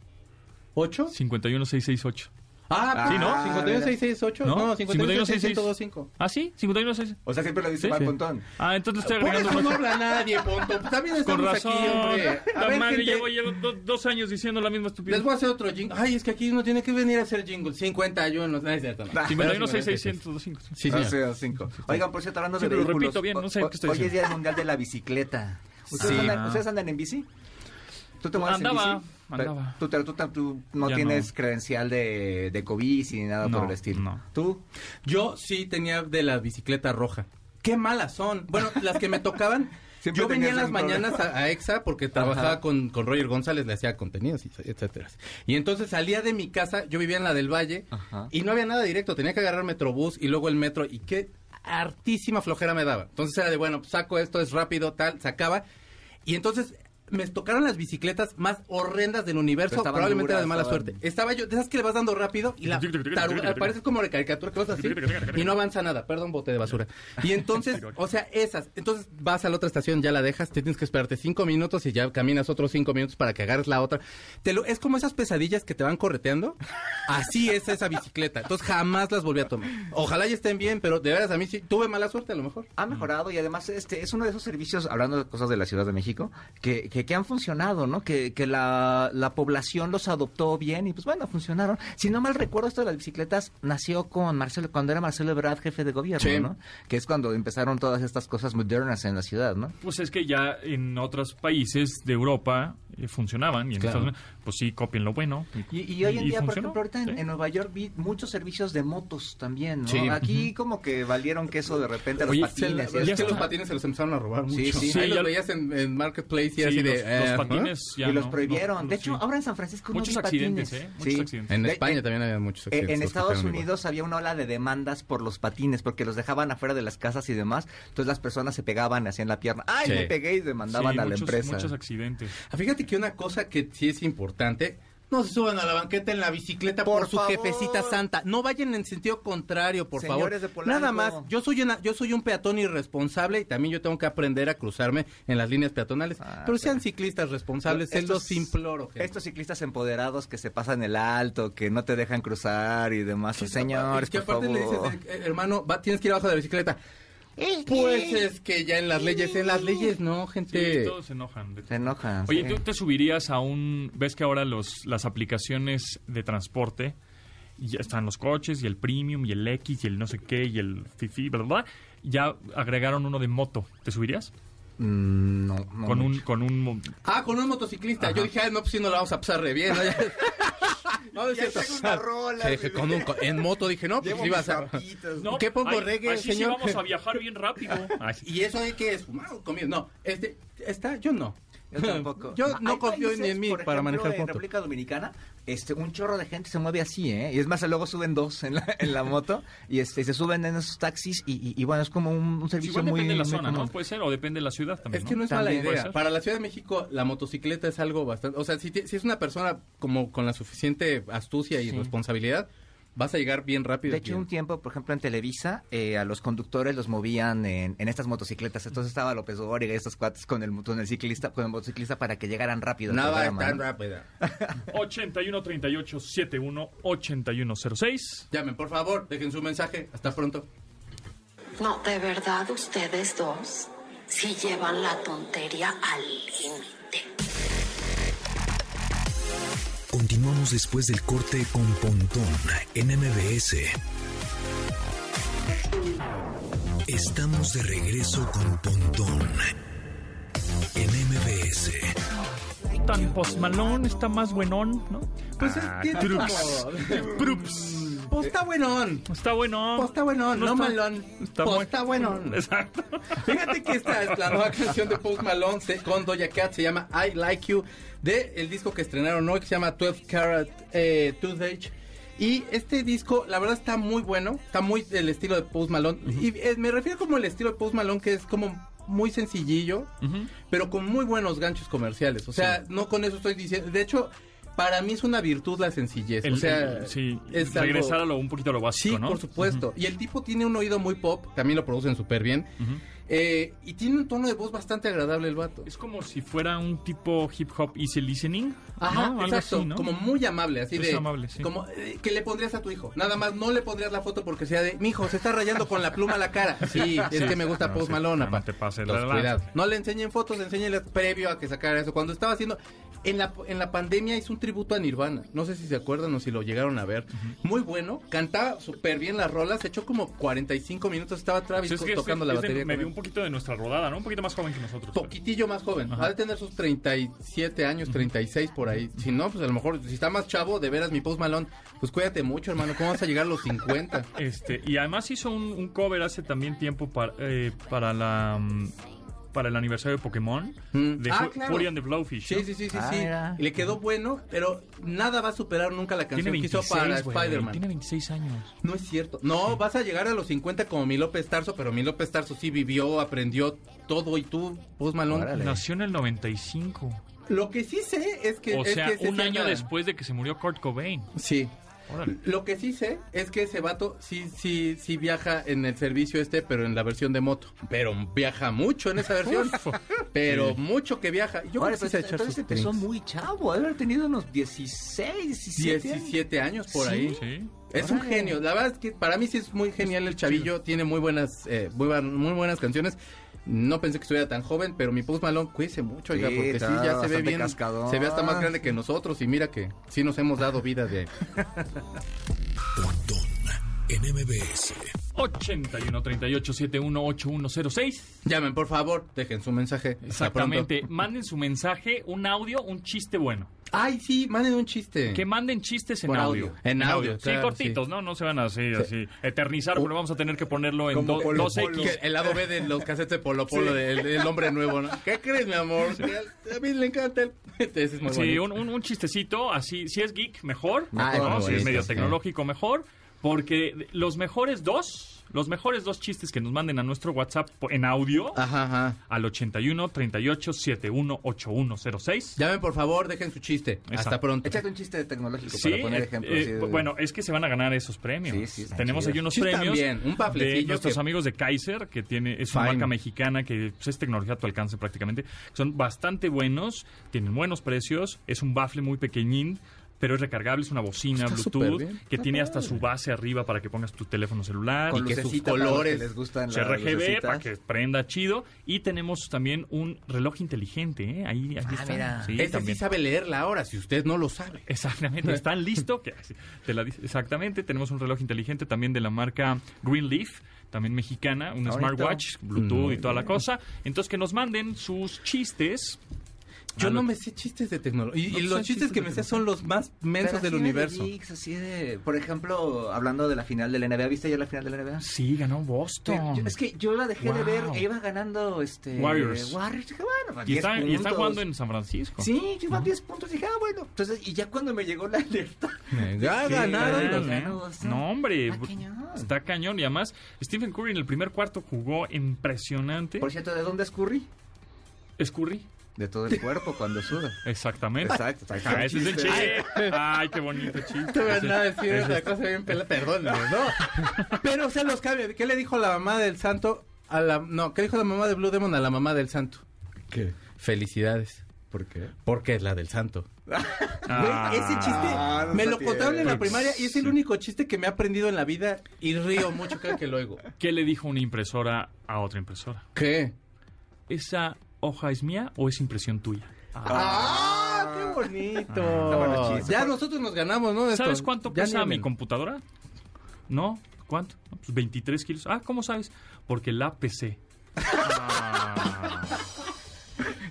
Speaker 4: ¿8?
Speaker 2: 51668.
Speaker 4: Ah,
Speaker 3: Sí, ¿no?
Speaker 4: 51-66-8. No, 51-66-1025.
Speaker 2: ¿Ah, sí? 51668.
Speaker 3: O sea, siempre lo dice
Speaker 2: Sí,
Speaker 3: mal
Speaker 2: sí.
Speaker 3: Pontón.
Speaker 2: Ah, entonces estoy
Speaker 4: Por
Speaker 2: agregando
Speaker 4: eso no
Speaker 2: mucho.
Speaker 4: habla nadie, Ponto. Pues También
Speaker 2: Con
Speaker 4: estamos
Speaker 2: razón.
Speaker 4: aquí, hombre. A
Speaker 2: La
Speaker 4: ver,
Speaker 2: madre,
Speaker 4: gente,
Speaker 2: llevo, llevo do- dos años diciendo la misma
Speaker 4: les
Speaker 2: estupidez.
Speaker 4: voy a hacer otro jingle. Ay, es que aquí uno tiene que venir a hacer jingle. 51, no es cierto. no.
Speaker 2: 51.6605.
Speaker 4: Sí,
Speaker 3: No
Speaker 4: señor.
Speaker 3: sé, Ah, cinco. Oigan, por cierto, hablando
Speaker 2: Sí,
Speaker 3: de
Speaker 2: lo
Speaker 3: vehículos.
Speaker 2: repito bien, no sé
Speaker 3: ho-
Speaker 2: qué estoy
Speaker 3: Hoy es
Speaker 2: diciendo.
Speaker 3: Día Mundial de la Bicicleta. ¿Ustedes,
Speaker 4: Sí.
Speaker 3: andan,
Speaker 2: Ah.
Speaker 3: ustedes andan en bici? ¿Tú te mueves
Speaker 2: Andaba,
Speaker 3: en bici?
Speaker 2: andaba.
Speaker 3: Tú, te- tú te- tú no
Speaker 2: Ya
Speaker 3: tienes
Speaker 2: no.
Speaker 3: credencial de, de COVID ni nada
Speaker 2: No,
Speaker 3: por el estilo.
Speaker 2: no.
Speaker 3: ¿Tú? <laughs>
Speaker 4: Yo sí tenía de la bicicleta roja. Qué malas son. Bueno, las que me tocaban
Speaker 3: Siempre
Speaker 4: yo venía en
Speaker 3: tenías
Speaker 4: las
Speaker 3: un problema.
Speaker 4: mañanas a, a EXA porque trabajaba
Speaker 3: Ajá.
Speaker 4: con, con Roger González, le hacía contenidos, y etcétera. Y entonces salía de mi casa, yo vivía en la del Valle,
Speaker 3: Ajá.
Speaker 4: y no había nada directo, tenía que agarrar Metrobús y luego el metro, y qué hartísima flojera me daba. Entonces era de, bueno, pues, saco esto, es rápido, tal, sacaba. Y entonces me tocaron las bicicletas más horrendas del universo,
Speaker 3: Pero estaban
Speaker 4: probablemente era de
Speaker 3: duras,
Speaker 4: mala
Speaker 3: estaban-
Speaker 4: suerte. Estaba yo, de esas que le vas dando rápido y la taruga, parece como de caricatura que vas así y no avanza nada. Perdón, bote de basura. Y entonces, o sea, esas. Entonces vas a la otra estación, ya la dejas, te tienes que esperarte cinco minutos y ya caminas otros cinco minutos para que agarres la otra. Te lo, es como esas pesadillas que te van correteando. Así es esa bicicleta. Entonces jamás las volví a tomar. Ojalá ya estén bien, pero de veras a mí sí tuve mala suerte a lo mejor.
Speaker 3: ha mejorado y además este es uno de esos servicios, hablando de cosas de la Ciudad de México, que, que, que han funcionado, ¿no? Que, que la, la población los adoptó bien y pues bueno, funcionaron. Si no mal recuerdo, esto de las bicicletas nació con Marcelo, cuando era Marcelo Ebrard jefe de gobierno,
Speaker 4: Sí.
Speaker 3: ¿no? Que es cuando empezaron todas estas cosas modernas en la ciudad, ¿no?
Speaker 2: Pues es que ya en otros países de Europa eh, funcionaban y en
Speaker 4: Claro.
Speaker 2: Estados Unidos, pues sí, copien lo bueno.
Speaker 3: Y, y hoy en día, por
Speaker 2: funcionó,
Speaker 3: ejemplo, ahorita en,
Speaker 2: sí.
Speaker 3: en Nueva York vi muchos servicios de motos también, ¿no?
Speaker 4: Sí.
Speaker 3: Aquí como que valieron queso de repente los
Speaker 2: Oye,
Speaker 4: Se la-
Speaker 3: patines. y
Speaker 4: es
Speaker 2: ya
Speaker 4: que
Speaker 2: está.
Speaker 4: los patines se los empezaron a robar mucho.
Speaker 3: Sí, sí.
Speaker 4: Ahí
Speaker 2: Sí,
Speaker 4: los
Speaker 2: ya-
Speaker 4: veías en, en Marketplace y
Speaker 2: Sí,
Speaker 4: así de...
Speaker 2: los, los
Speaker 4: eh,
Speaker 2: patines
Speaker 3: y
Speaker 2: ya
Speaker 3: los
Speaker 2: no-
Speaker 3: prohibieron.
Speaker 2: no-
Speaker 3: de
Speaker 2: sí.
Speaker 3: hecho, ahora en San Francisco no
Speaker 2: Muchos
Speaker 3: vi
Speaker 2: accidentes,
Speaker 3: patines.
Speaker 2: ¿eh? Muchos
Speaker 3: Sí.
Speaker 4: ¿no?
Speaker 2: accidentes.
Speaker 4: En
Speaker 3: De-
Speaker 4: España
Speaker 3: en-
Speaker 4: también había muchos
Speaker 3: Eh,
Speaker 4: accidentes,
Speaker 3: en
Speaker 4: los
Speaker 3: Estados
Speaker 4: cortaron igual.
Speaker 3: Unidos había una ola de demandas por los patines, porque los dejaban afuera de las casas y demás. Entonces las personas se pegaban, hacían la pierna. ¡Ay,
Speaker 4: Sí.
Speaker 3: me pegué! Y demandaban
Speaker 2: Sí,
Speaker 3: a la
Speaker 2: muchos-
Speaker 3: empresa.
Speaker 2: Muchos accidentes.
Speaker 4: Ah, Fíjate que una cosa que sí es importante, no se suban a la banqueta en la bicicleta por,
Speaker 3: Por
Speaker 4: su
Speaker 3: favor.
Speaker 4: jefecita santa. No vayan en sentido contrario, por
Speaker 3: Señores de
Speaker 4: favor.
Speaker 3: Polanco.
Speaker 4: Nada más, yo soy una- yo soy un peatón irresponsable y también yo tengo que aprender a cruzarme en las líneas peatonales.
Speaker 3: Ah,
Speaker 4: pero sean
Speaker 3: pero-
Speaker 4: ciclistas responsables, se
Speaker 3: Estos-
Speaker 4: los imploro. gente.
Speaker 3: Estos ciclistas empoderados que se pasan el alto, que no te dejan cruzar y demás. "Oh,
Speaker 4: Sí,
Speaker 3: Señores,
Speaker 4: y Ah, que
Speaker 3: por
Speaker 4: aparte le dices,
Speaker 3: favor.
Speaker 4: eh, eh, hermano, va, tienes que ir abajo de la bicicleta. Pues es que ya en las leyes, en las leyes, no,
Speaker 2: Sí,
Speaker 4: gente.
Speaker 2: todos se enojan.
Speaker 3: Se enojan.
Speaker 2: Oye,
Speaker 3: sí.
Speaker 2: ¿tú te subirías a un... ¿Ves que ahora los, las aplicaciones de transporte, ya están los coches y el Premium y el X y el no sé qué y el Fifi, bla, bla, bla, ya agregaron uno de moto. ¿Te subirías?
Speaker 3: Mm, no, no
Speaker 2: con, un,
Speaker 3: mucho.
Speaker 2: con un... mo-
Speaker 4: Ah, con un motociclista. Yo dije, ah, no, pues si no la vamos a pasar re
Speaker 3: <laughs>
Speaker 4: bien. ¿no? <laughs> Ya- No, no es cierto.
Speaker 3: tengo una rola,
Speaker 4: <laughs> Sí, dije, con un co- en moto dije, no, pues
Speaker 3: Llevo
Speaker 4: sí vas
Speaker 3: mis
Speaker 4: a...
Speaker 3: zapitos.
Speaker 2: No,
Speaker 4: ¿Qué pongo
Speaker 2: ay,
Speaker 4: reggae,
Speaker 2: así
Speaker 4: señor?
Speaker 2: sí vamos a viajar bien
Speaker 4: <laughs>
Speaker 2: rápido. Ay,
Speaker 4: Y eso de que es fumado, comido. No, este, está, yo no.
Speaker 3: Yo tampoco.
Speaker 4: Yo no
Speaker 3: Hay
Speaker 4: confío
Speaker 3: países,
Speaker 4: ni en mí
Speaker 3: por
Speaker 4: para
Speaker 3: ejemplo,
Speaker 4: manejar
Speaker 3: En
Speaker 4: moto.
Speaker 3: República Dominicana, este, un chorro de gente se mueve así, ¿eh? Y es más, luego suben dos en la, <laughs> en la moto y este, se suben en esos taxis y, y- y bueno, es como un, un servicio
Speaker 2: igual
Speaker 3: muy.
Speaker 2: depende de la
Speaker 3: muy
Speaker 2: zona, ¿no?
Speaker 3: común.
Speaker 2: Puede ser, o depende de la ciudad también,
Speaker 4: Es que no es mala
Speaker 3: También puede
Speaker 4: idea.
Speaker 2: ser.
Speaker 4: Para la Ciudad de México, la motocicleta es algo bastante... O sea, si, te- si es una persona como con la suficiente astucia y
Speaker 3: Sí.
Speaker 4: responsabilidad, vas a llegar bien rápido.
Speaker 3: De hecho,
Speaker 4: bien.
Speaker 3: un tiempo, por ejemplo, en Televisa, eh, a los conductores los movían en, en estas motocicletas. Entonces estaba López Dóriga y estos cuates con el, con el ciclista, con el motociclista para que llegaran rápido. al
Speaker 4: Nada
Speaker 3: programa, ¿eh?
Speaker 4: tan
Speaker 3: ¿no?
Speaker 4: rápida.
Speaker 2: 81 38 71 81 06.
Speaker 4: Llamen, por favor, dejen su mensaje. Hasta pronto.
Speaker 5: No, de verdad ustedes dos sí llevan la tontería al límite.
Speaker 1: Continuamos después del corte con Pontón en MBS. Estamos de regreso con Pontón en MBS.
Speaker 2: Tan Post Malone está más buenón, ¿no?
Speaker 4: Pues es
Speaker 3: Ah,
Speaker 4: que... Pues está buenón.
Speaker 2: Está bueno.
Speaker 4: Pues está buenón, no malón. Pues
Speaker 2: buen-
Speaker 4: está buenón.
Speaker 2: <laughs> Exacto.
Speaker 4: Fíjate que esta es la nueva canción de Post Malone se- con Doja Cat, se llama I Like You, de el disco que estrenaron hoy que se llama 12 Carat eh, Tuesday. Y este disco, la verdad, está muy bueno, está muy del estilo de Post Malone. Y eh, me refiero como el estilo de Post Malone, que es como muy sencillillo, pero con muy buenos ganchos comerciales. O sea, no con eso estoy diciendo. De hecho, para mí es una virtud la sencillez.
Speaker 2: El-
Speaker 4: o sea,
Speaker 2: el- sí,
Speaker 4: es algo-
Speaker 2: regresar a lo, un poquito a lo básico,
Speaker 4: Sí,
Speaker 2: ¿no?
Speaker 4: por supuesto. Y el tipo tiene un oído muy pop, también lo producen súper bien.
Speaker 2: Ujú.
Speaker 4: Eh, y tiene un tono de voz bastante agradable el vato.
Speaker 2: Es como si fuera un tipo hip hop easy listening.
Speaker 4: Ajá,
Speaker 2: ¿no? Algo
Speaker 4: exacto.
Speaker 2: así, ¿no? Ah,
Speaker 4: Como muy amable, así
Speaker 2: Es
Speaker 4: de.
Speaker 2: amable, sí.
Speaker 4: Como eh, que le pondrías a tu hijo. Nada más no le pondrías la foto porque sea de. Mi hijo se está rayando con la pluma la cara. Sí,
Speaker 2: <laughs>
Speaker 4: es
Speaker 2: sí.
Speaker 4: que me gusta
Speaker 2: No,
Speaker 4: Post
Speaker 2: sí,
Speaker 4: Malone,
Speaker 2: no
Speaker 4: apá.
Speaker 2: te pases la
Speaker 4: Entonces,
Speaker 2: lanza.
Speaker 4: cuidado. No le enseñen fotos, enséñenle previo a que sacara eso. Cuando estaba haciendo. En la, en la pandemia hizo un tributo a Nirvana. No sé si se acuerdan o si lo llegaron a ver. Muy bueno. Cantaba súper bien las rolas. Echó como 45 minutos. Estaba Travis
Speaker 2: Sí, es que este-
Speaker 4: tocando la
Speaker 2: es de-
Speaker 4: batería.
Speaker 2: me
Speaker 4: con
Speaker 2: dio
Speaker 4: él
Speaker 2: un poquito de nuestra rodada, ¿no? Un poquito más joven que nosotros. pero-
Speaker 4: poquitillo más joven.
Speaker 2: Ajá.
Speaker 4: Ha de tener sus 37 años, 36 por ahí. Si no, pues a lo mejor, si está más chavo, de veras, mi post malón, pues cuídate mucho, hermano. ¿Cómo vas a llegar a
Speaker 2: <laughs>
Speaker 4: los 50?
Speaker 2: Este, y además hizo un, un cover hace también tiempo para, eh, para la mm, para el aniversario de Pokémon
Speaker 4: Mm.
Speaker 2: de
Speaker 4: Ah,
Speaker 2: Fu-
Speaker 4: claro.
Speaker 2: Fury and the Blowfish.
Speaker 4: Sí,
Speaker 2: ¿no?
Speaker 4: sí, sí, sí,
Speaker 3: Ah,
Speaker 4: sí.
Speaker 3: era.
Speaker 4: Y le quedó bueno, pero nada va a superar nunca la
Speaker 2: Tiene
Speaker 4: canción que hizo
Speaker 2: 26,
Speaker 4: para
Speaker 2: güey, Tiene
Speaker 4: Spider-Man.
Speaker 2: 26 años.
Speaker 4: No es cierto. No, vas a llegar a los 50 como mi López Tarso, pero mi López Tarso sí vivió, aprendió todo y tú, Post Malone.
Speaker 3: Órale.
Speaker 2: Nació en el 95.
Speaker 4: Lo que sí sé es que...
Speaker 2: O
Speaker 4: es
Speaker 2: sea,
Speaker 4: que ese
Speaker 2: un
Speaker 4: sí
Speaker 2: año
Speaker 4: anda-
Speaker 2: después de que se murió Kurt Cobain.
Speaker 4: Sí.
Speaker 2: Órale.
Speaker 4: Lo que sí sé es que ese vato sí, sí, sí viaja en el servicio este, pero en la versión de moto. Pero viaja mucho en esa versión. pero mucho que viaja. Yo
Speaker 3: Órale,
Speaker 4: creo que sí
Speaker 3: pues,
Speaker 4: se ha echado
Speaker 3: entonces
Speaker 4: sus
Speaker 3: empezó
Speaker 4: drinks.
Speaker 3: muy chavo, debe haber tenido unos 16, 17.
Speaker 4: 17 años por
Speaker 2: Sí,
Speaker 4: ahí.
Speaker 2: sí.
Speaker 4: Es un genio. La verdad es que para mí sí es muy genial el chavillo. Tiene muy buenas, eh, muy, bu- muy buenas canciones. No pensé que estuviera tan joven, pero mi Post Malone cuídese mucho, oiga,
Speaker 3: Sí,
Speaker 4: porque sí,
Speaker 3: está
Speaker 4: ya se ve
Speaker 3: bastante
Speaker 4: bien.
Speaker 3: cascadón.
Speaker 4: Se ve hasta más grande que nosotros y mira que sí nos hemos dado
Speaker 3: <laughs>
Speaker 4: vida de...
Speaker 1: Pontón en MBS.
Speaker 2: 81 38 71 8106.
Speaker 4: Llamen, por favor, dejen su mensaje. Hasta pronto.
Speaker 2: Exactamente. Manden su mensaje, un audio, un chiste bueno.
Speaker 4: Ay, sí, manden un chiste.
Speaker 2: Que manden chistes en
Speaker 4: Por
Speaker 2: audio.
Speaker 4: audio. En audio,
Speaker 2: Sí,
Speaker 4: claro,
Speaker 2: cortitos, ¿no? No se van así, así. Eternizar, pero vamos a tener que ponerlo en do-
Speaker 4: Polo
Speaker 2: 2X.
Speaker 4: Polo. Que El lado B de los casetes de Polo Polo, del, del hombre nuevo, ¿no? ¿Qué crees, mi amor? Que A mí le encanta el... <laughs> Este, Ese es muy
Speaker 2: Sí,
Speaker 4: bonito.
Speaker 2: un, un- un chistecito, así, si es geek, mejor,
Speaker 4: Ah,
Speaker 2: ¿no?
Speaker 4: es muy
Speaker 2: si es
Speaker 4: bonito,
Speaker 2: medio
Speaker 4: sí.
Speaker 2: tecnológico, mejor, porque los mejores dos, los mejores dos chistes que nos manden a nuestro WhatsApp po- en audio
Speaker 4: Ajá, ajá.
Speaker 2: al 81 38 71 8106.
Speaker 4: Llamen, por favor, dejen su chiste. Hasta
Speaker 2: Exacto.
Speaker 4: pronto.
Speaker 3: Échate un chiste tecnológico
Speaker 2: Sí,
Speaker 3: para poner
Speaker 2: eh,
Speaker 3: ejemplos.
Speaker 2: eh,
Speaker 3: sí.
Speaker 2: bueno, es que se van a ganar esos premios.
Speaker 3: Sí, sí, están
Speaker 2: Tenemos
Speaker 3: chidos.
Speaker 2: ahí unos
Speaker 4: Sí, están
Speaker 2: premios
Speaker 4: bien, un
Speaker 2: de
Speaker 4: paplecillo
Speaker 2: nuestros
Speaker 4: que-
Speaker 2: amigos de Kaiser, que tiene es una
Speaker 4: Fine.
Speaker 2: marca mexicana que pues, es tecnología a tu alcance prácticamente. Son bastante buenos, tienen buenos precios, es un baffle muy pequeñín. Pero es recargable, es una bocina
Speaker 4: Está
Speaker 2: Bluetooth
Speaker 4: superbién.
Speaker 2: que tiene hasta su base arriba para que pongas tu teléfono celular.
Speaker 3: con
Speaker 4: y que sus
Speaker 3: lucecita para los
Speaker 4: colores,
Speaker 3: que les gustan las
Speaker 2: RGB
Speaker 3: lucecitas.
Speaker 2: para que prenda chido. Y tenemos también un reloj inteligente. ¿eh? Ahí, aquí
Speaker 3: Ah,
Speaker 2: está.
Speaker 3: mira.
Speaker 2: Sí,
Speaker 4: Ese sí
Speaker 2: también.
Speaker 4: sabe leerla ahora, si usted no lo sabe.
Speaker 2: Exactamente, están listo. Que, <laughs> te la dice. Exactamente, tenemos un reloj inteligente también de la marca Greenleaf, también mexicana, un
Speaker 3: Ahorita.
Speaker 2: smartwatch, Bluetooth y toda la cosa. Entonces que nos manden sus chistes.
Speaker 4: Yo
Speaker 2: Ah,
Speaker 4: no
Speaker 2: lo-
Speaker 4: me sé chistes de tecnología. Y,
Speaker 2: No
Speaker 4: y
Speaker 2: sé
Speaker 4: los chistes
Speaker 2: chistes
Speaker 4: que
Speaker 2: de
Speaker 4: me sé son los más mensos
Speaker 3: Pero
Speaker 4: del
Speaker 3: así de
Speaker 4: universo.
Speaker 3: geeks, así de- por ejemplo, hablando de la final de la NBA, ¿viste ayer la final de la NBA?
Speaker 2: Sí, ganó Boston.
Speaker 3: Yo- es que yo la dejé de
Speaker 2: Wow.
Speaker 3: ver, e iba ganando este
Speaker 2: Warriors.
Speaker 3: Warriors. Dije, bueno, pues,
Speaker 2: y,
Speaker 3: 10
Speaker 2: está, y está
Speaker 3: puntos.
Speaker 2: jugando en San Francisco.
Speaker 3: Sí, yo iba 10 puntos, dije, ah, bueno. Entonces, y ya cuando me llegó la alerta,
Speaker 4: Ya
Speaker 2: Sí,
Speaker 4: ganaron
Speaker 2: ganó,
Speaker 4: los-
Speaker 2: ¿eh?
Speaker 3: ganó Boston.
Speaker 2: No, hombre.
Speaker 3: Está cañón.
Speaker 2: Está cañón. Y además, Stephen Curry en el primer cuarto jugó impresionante.
Speaker 3: por cierto, ¿de dónde es Curry?
Speaker 2: ¿Es Curry?
Speaker 3: De todo el cuerpo cuando suda.
Speaker 2: Exactamente.
Speaker 3: <laughs> Exacto. ahí está el
Speaker 2: Ah, ese es el
Speaker 3: chiste.
Speaker 2: chiste. Ay, qué bonito
Speaker 4: No
Speaker 2: chiste.
Speaker 4: te van
Speaker 2: Ese-
Speaker 4: a decir
Speaker 2: ese
Speaker 4: otra cosa bien pelada, perdón, no. <laughs> Pero se los cambia. ¿Qué le dijo la mamá del santo a la... No, ¿qué dijo la mamá de Blue Demon a la mamá del santo?
Speaker 3: ¿Qué?
Speaker 4: Felicidades.
Speaker 3: ¿Por qué?
Speaker 4: Porque es la del santo. Güey,
Speaker 2: Ah.
Speaker 4: ese chiste
Speaker 3: Ah, no
Speaker 4: me
Speaker 3: está
Speaker 4: lo contaron en la
Speaker 2: tierno.
Speaker 4: primaria y es el único chiste que me he aprendido en la vida y río mucho cada que lo <laughs> oigo.
Speaker 2: ¿Qué le dijo una impresora a otra impresora?
Speaker 4: ¿Qué?
Speaker 2: ¿Esa hoja es mía o es impresión tuya?
Speaker 4: ¡Ah! ¡Qué
Speaker 3: Ah,
Speaker 4: bonito!
Speaker 3: bueno, chiste.
Speaker 4: ya nosotros nos ganamos, ¿no? Esto.
Speaker 2: ¿Sabes cuánto
Speaker 4: Ya
Speaker 2: pesa
Speaker 4: ni-
Speaker 2: mi computadora? No, ¿cuánto? No, pues 23 kilos. Ah, ¿cómo sabes? Porque la PC.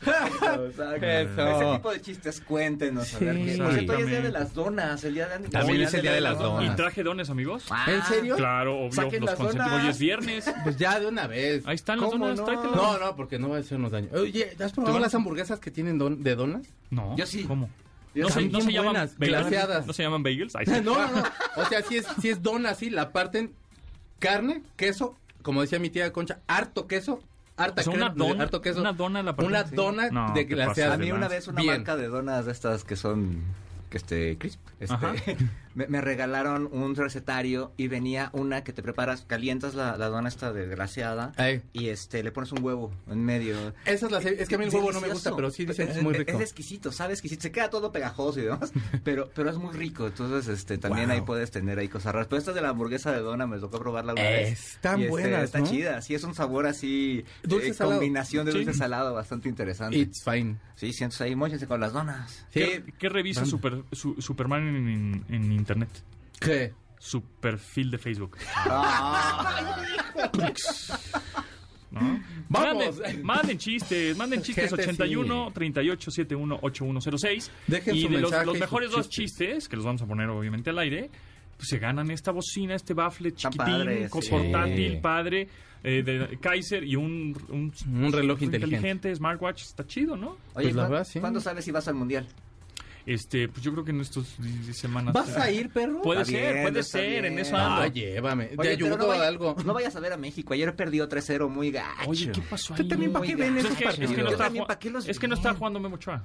Speaker 3: Exacto.
Speaker 4: Eso.
Speaker 3: Ese tipo de chistes, cuéntenos. a ver,
Speaker 2: Sí.
Speaker 3: qué- Por cierto, hoy es Día
Speaker 2: Exactamente.
Speaker 3: de las Donas. El día de...
Speaker 4: También
Speaker 3: Hoy
Speaker 4: es el Día de las
Speaker 2: ¿Y
Speaker 4: Donas.
Speaker 2: traje dones, amigos?
Speaker 4: ¿En serio?
Speaker 2: Ah, Claro, obvio,
Speaker 3: Saquen
Speaker 2: los
Speaker 3: las
Speaker 2: consentí.
Speaker 3: donas.
Speaker 2: Hoy es viernes.
Speaker 4: Pues ya de una vez.
Speaker 2: Ahí están las
Speaker 3: ¿Cómo
Speaker 2: donas,
Speaker 3: no?
Speaker 2: tráetelas.
Speaker 4: No, no, porque no va a hacernos daño. Oye, ¿has probado
Speaker 2: ¿Tú?
Speaker 4: las hamburguesas que tienen don- de donas?
Speaker 2: No,
Speaker 3: Yo sí.
Speaker 2: ¿Cómo?
Speaker 3: Yo
Speaker 2: no, se,
Speaker 4: sí.
Speaker 2: no se
Speaker 4: Bien
Speaker 2: llaman
Speaker 4: buenas,
Speaker 2: bagels.
Speaker 4: glaseadas.
Speaker 2: No se llaman bagels.
Speaker 4: <laughs>
Speaker 2: Ay, sí.
Speaker 4: No, no, no. O sea, si es, si es dona, sí, la parten carne, queso, como decía mi tía Concha, harto queso, harta
Speaker 2: O sea, una
Speaker 4: crema,
Speaker 2: dona-
Speaker 4: harto queso.
Speaker 2: una dona la parten,
Speaker 4: Una
Speaker 2: sí.
Speaker 4: dona
Speaker 2: No,
Speaker 4: de
Speaker 2: te
Speaker 4: glaseada.
Speaker 2: pasas
Speaker 3: A mí una vez una
Speaker 4: Bien.
Speaker 3: marca de donas de estas que son que este crisp, este,
Speaker 2: Ajá.
Speaker 3: <laughs> me, me regalaron un recetario y venía una que te preparas, calientas la, la dona esta de glaseada
Speaker 4: Ey.
Speaker 3: y este le pones un huevo en medio.
Speaker 4: Esas las he- es que a mí el huevo no me gusta,
Speaker 3: Delicioso.
Speaker 4: pero sí dicen que es muy
Speaker 3: Es
Speaker 4: rico.
Speaker 3: exquisito, sabe exquisito, se queda todo pegajoso y
Speaker 4: <laughs>
Speaker 3: demás, pero pero es muy rico, entonces este también
Speaker 4: Wow.
Speaker 3: ahí puedes tener ahí cosas raras. Pero esta de la hamburguesa de dona me tocó probarla una vez.
Speaker 4: Están
Speaker 3: y, este,
Speaker 4: buenas,
Speaker 3: está
Speaker 4: ¿no?
Speaker 3: chida, sí es un sabor así
Speaker 4: Dulce
Speaker 3: eh,
Speaker 4: salado.
Speaker 3: combinación de
Speaker 2: Sí.
Speaker 3: dulce salado bastante interesante.
Speaker 4: It's fine.
Speaker 3: Sí, siéntese ahí, mochense con las donas.
Speaker 4: Sí.
Speaker 2: ¿Qué, qué revisa Super- su- Superman en, en- en internet?
Speaker 4: ¿Qué?
Speaker 2: Su perfil de Facebook. ¿No?
Speaker 4: Ah. Vamos.
Speaker 2: Manden, manden chistes, manden chistes
Speaker 4: Gente,
Speaker 2: 81 38 71 8106.
Speaker 4: Dejen
Speaker 2: y
Speaker 4: su
Speaker 2: de los,
Speaker 4: mensaje
Speaker 2: los
Speaker 4: y sus
Speaker 2: mejores dos
Speaker 4: chistes.
Speaker 2: chistes, que los vamos a poner obviamente al aire, pues, se ganan esta bocina, este baffle
Speaker 3: Está
Speaker 2: chiquitín,
Speaker 3: padre,
Speaker 2: co-
Speaker 3: sí.
Speaker 2: portátil, padre, eh, de Kaiser y un, un,
Speaker 4: Un reloj inteligente.
Speaker 2: smartwatch. Está chido, ¿no?
Speaker 3: Oye,
Speaker 4: Pues la
Speaker 3: ¿cuán-
Speaker 4: verdad, sí.
Speaker 3: ¿cuándo sabes si vas al mundial?
Speaker 2: Este, pues yo creo que en estas semanas.
Speaker 4: ¿Vas a ir, perro?
Speaker 2: Puede
Speaker 3: Está
Speaker 2: ser,
Speaker 3: bien,
Speaker 2: puede
Speaker 3: está
Speaker 2: ser, en
Speaker 3: bien.
Speaker 2: eso ando.
Speaker 4: Ah, llévame. Te
Speaker 3: Oye, pero
Speaker 4: ayudo
Speaker 3: no vaya-
Speaker 4: algo.
Speaker 3: No vayas a ver a México. Ayer perdió 3-0 muy gacho.
Speaker 2: Oye, ¿qué pasó ahí?
Speaker 3: ¿Tú también para qué
Speaker 2: Oiga,
Speaker 3: ven
Speaker 2: pues
Speaker 3: esos
Speaker 2: es que-
Speaker 3: partidos?
Speaker 2: Es que no
Speaker 3: Yo
Speaker 2: está,
Speaker 3: también,
Speaker 2: ju-
Speaker 3: ¿para qué los
Speaker 2: es que no
Speaker 3: vi?
Speaker 2: está jugando Memo Ochoa.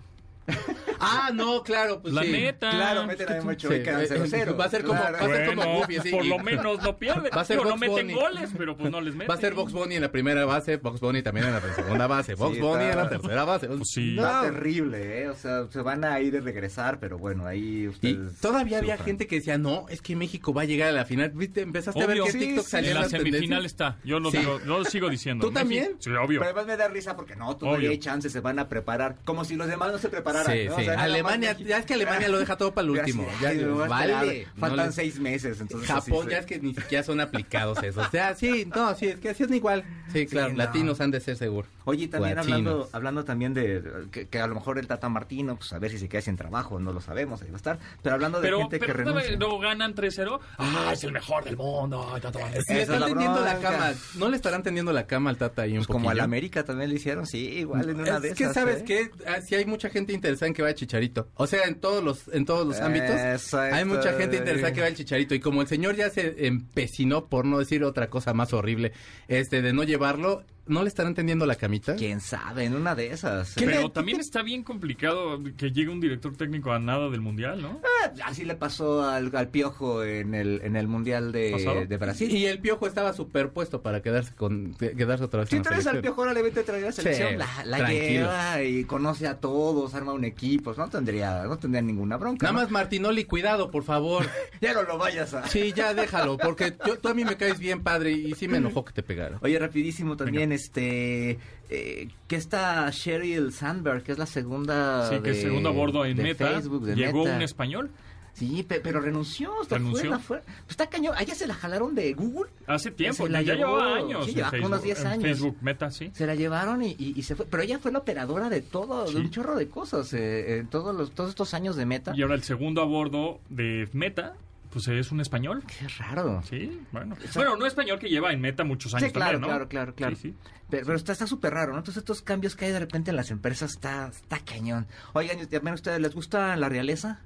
Speaker 4: Ah, no, claro, pues
Speaker 2: La
Speaker 4: sí.
Speaker 2: neta.
Speaker 3: Claro, mete la de Mocho
Speaker 4: Sí,
Speaker 3: y quedan
Speaker 4: eh,
Speaker 3: 0-0.
Speaker 4: va a ser como-
Speaker 3: Claro.
Speaker 4: va a ser como
Speaker 2: Bueno,
Speaker 4: Goofy, sí.
Speaker 2: por lo menos no pierde.
Speaker 4: Va a ser
Speaker 2: Digo, no
Speaker 4: Box
Speaker 2: meten
Speaker 4: Bunny.
Speaker 2: goles, pero pues no les meten.
Speaker 4: Va a ser Box Bunny en la primera base, Box Bunny también en la segunda base, Box
Speaker 3: Sí,
Speaker 4: Bunny en
Speaker 3: está-
Speaker 4: la tercera base.
Speaker 2: Pues sí.
Speaker 4: No.
Speaker 3: Está terrible, ¿eh? O sea, se van a ir de regresar, pero bueno, ahí
Speaker 4: Y
Speaker 3: ustedes.
Speaker 4: todavía había
Speaker 3: sufran.
Speaker 4: gente que decía, no, es que México va a llegar a la final. ¿Viste? Empezaste a ver
Speaker 2: Obvio.
Speaker 4: que
Speaker 2: Sí,
Speaker 4: TikTok
Speaker 3: sí.
Speaker 4: salía
Speaker 2: En la
Speaker 4: las
Speaker 2: semifinal
Speaker 4: tendencias.
Speaker 2: está. Yo lo,
Speaker 4: Sí.
Speaker 2: digo- yo lo sigo diciendo.
Speaker 4: ¿Tú también?
Speaker 2: Sí, obvio.
Speaker 3: Pero además me da risa porque no, todavía
Speaker 2: Obvio.
Speaker 3: hay chance, se van a preparar. Como si los demás no se prepararan.
Speaker 4: Sí,
Speaker 3: ¿no? O
Speaker 4: sí.
Speaker 3: sea, nada más
Speaker 4: Alemania,
Speaker 3: México.
Speaker 4: ya es que Alemania lo deja todo para el
Speaker 3: Yo así,
Speaker 4: último.
Speaker 3: ay,
Speaker 4: Ya,
Speaker 3: me voy a esperar.
Speaker 4: vale. no
Speaker 3: Faltan
Speaker 4: le-
Speaker 3: seis meses, entonces.
Speaker 4: Japón
Speaker 3: así
Speaker 4: ya
Speaker 3: se-
Speaker 4: es que ni siquiera son aplicados esos. O sea, sí, no, sí, es que así es igual. Sí, claro,
Speaker 3: no.
Speaker 4: latinos han de ser seguro.
Speaker 3: Oye, y también hablando,
Speaker 4: Guachinos.
Speaker 3: hablando también de que, que a lo mejor el Tata Martino, pues a ver si se queda sin trabajo, no lo sabemos, ahí va a estar. Pero hablando de
Speaker 2: Pero,
Speaker 3: gente
Speaker 2: pero
Speaker 3: que
Speaker 2: ¿no
Speaker 3: renuncia.
Speaker 2: ve- no ganan 3-0. Ah, es el mejor del mundo. ay, Tata Martino.
Speaker 4: Si
Speaker 3: Esa
Speaker 4: le
Speaker 3: es
Speaker 4: están
Speaker 3: la
Speaker 4: tendiendo la
Speaker 3: bronca.
Speaker 4: cama, ¿no le estarán tendiendo la cama al Tata ahí un
Speaker 3: Pues como al
Speaker 4: poquillo?
Speaker 3: América también le hicieron, sí, igual en una
Speaker 4: Es
Speaker 3: de
Speaker 4: que
Speaker 3: esas,
Speaker 4: sabes
Speaker 3: ¿eh?
Speaker 4: que si hay mucha gente interesada en que vaya Chicharito. O sea, en todos los en todos los
Speaker 3: Eso,
Speaker 4: ámbitos hay
Speaker 3: eso,
Speaker 4: mucha gente
Speaker 3: eh.
Speaker 4: interesada en que vaya el Chicharito y como el señor ya se empecinó por no decir otra cosa más horrible, este de no llevarlo, ¿no le estarán tendiendo la camita?
Speaker 3: Quién sabe, en una de esas.
Speaker 4: ¿Qué
Speaker 2: Pero
Speaker 4: le-
Speaker 2: también está bien complicado que llegue un director técnico a nada del mundial, ¿no?
Speaker 3: Ah, Así le pasó al, al piojo en el, en el Mundial
Speaker 2: ¿Pasado?
Speaker 3: de, de Brasil.
Speaker 4: Y el Piojo estaba superpuesto para quedarse con quedarse otra vez
Speaker 3: Si
Speaker 4: en la
Speaker 3: traes al
Speaker 4: selección.
Speaker 3: piojo, ahora le vete a traer a la selección,
Speaker 4: Sí,
Speaker 3: la, la
Speaker 4: tranquilo.
Speaker 3: lleva y conoce a todos, arma un equipo, no tendría, no tendría ninguna bronca.
Speaker 4: Nada
Speaker 3: ¿no?
Speaker 4: más Martinoli, cuidado, por favor.
Speaker 3: Ya no lo vayas a.
Speaker 4: Sí, ya déjalo, porque yo- tú a mí me caes bien, padre, y sí me enojó que te pegara.
Speaker 3: Oye, rapidísimo también, este, eh, que está Sheryl Sandberg, que es la segunda
Speaker 2: Sí, que
Speaker 3: Ah, de-
Speaker 2: es segundo a bordo en
Speaker 3: de
Speaker 2: meta.
Speaker 3: Facebook, de
Speaker 2: Llegó
Speaker 3: Meta.
Speaker 2: un español.
Speaker 3: Sí, pe- pero renunció, se
Speaker 2: Renunció.
Speaker 3: fue, la fue. Pues está cañón, allá se la jalaron de Google,
Speaker 2: Hace tiempo,
Speaker 3: Se la
Speaker 2: ya
Speaker 3: llevó.
Speaker 2: llevaba años.
Speaker 3: Sí,
Speaker 2: en
Speaker 3: lleva como unos
Speaker 2: Facebook,
Speaker 3: 10
Speaker 2: en
Speaker 3: años.
Speaker 2: Facebook Meta, sí.
Speaker 3: se la llevaron y, y- y se fue, pero ella fue la operadora de todo,
Speaker 2: Sí.
Speaker 3: de un chorro de cosas, eh, en todos los, todos estos años de Meta.
Speaker 2: Y ahora el segundo a bordo de Meta, pues es un español.
Speaker 3: Qué raro.
Speaker 2: Sí, bueno. Bueno, no español que lleva en Meta muchos años
Speaker 3: Sí, claro,
Speaker 2: también, ¿no?
Speaker 3: claro, claro, claro.
Speaker 2: Sí, sí.
Speaker 3: Pero, pero está está súper raro, ¿no? Entonces estos cambios que hay de repente en las empresas está, está cañón. Oigan, ¿y también a ustedes les gusta la realeza?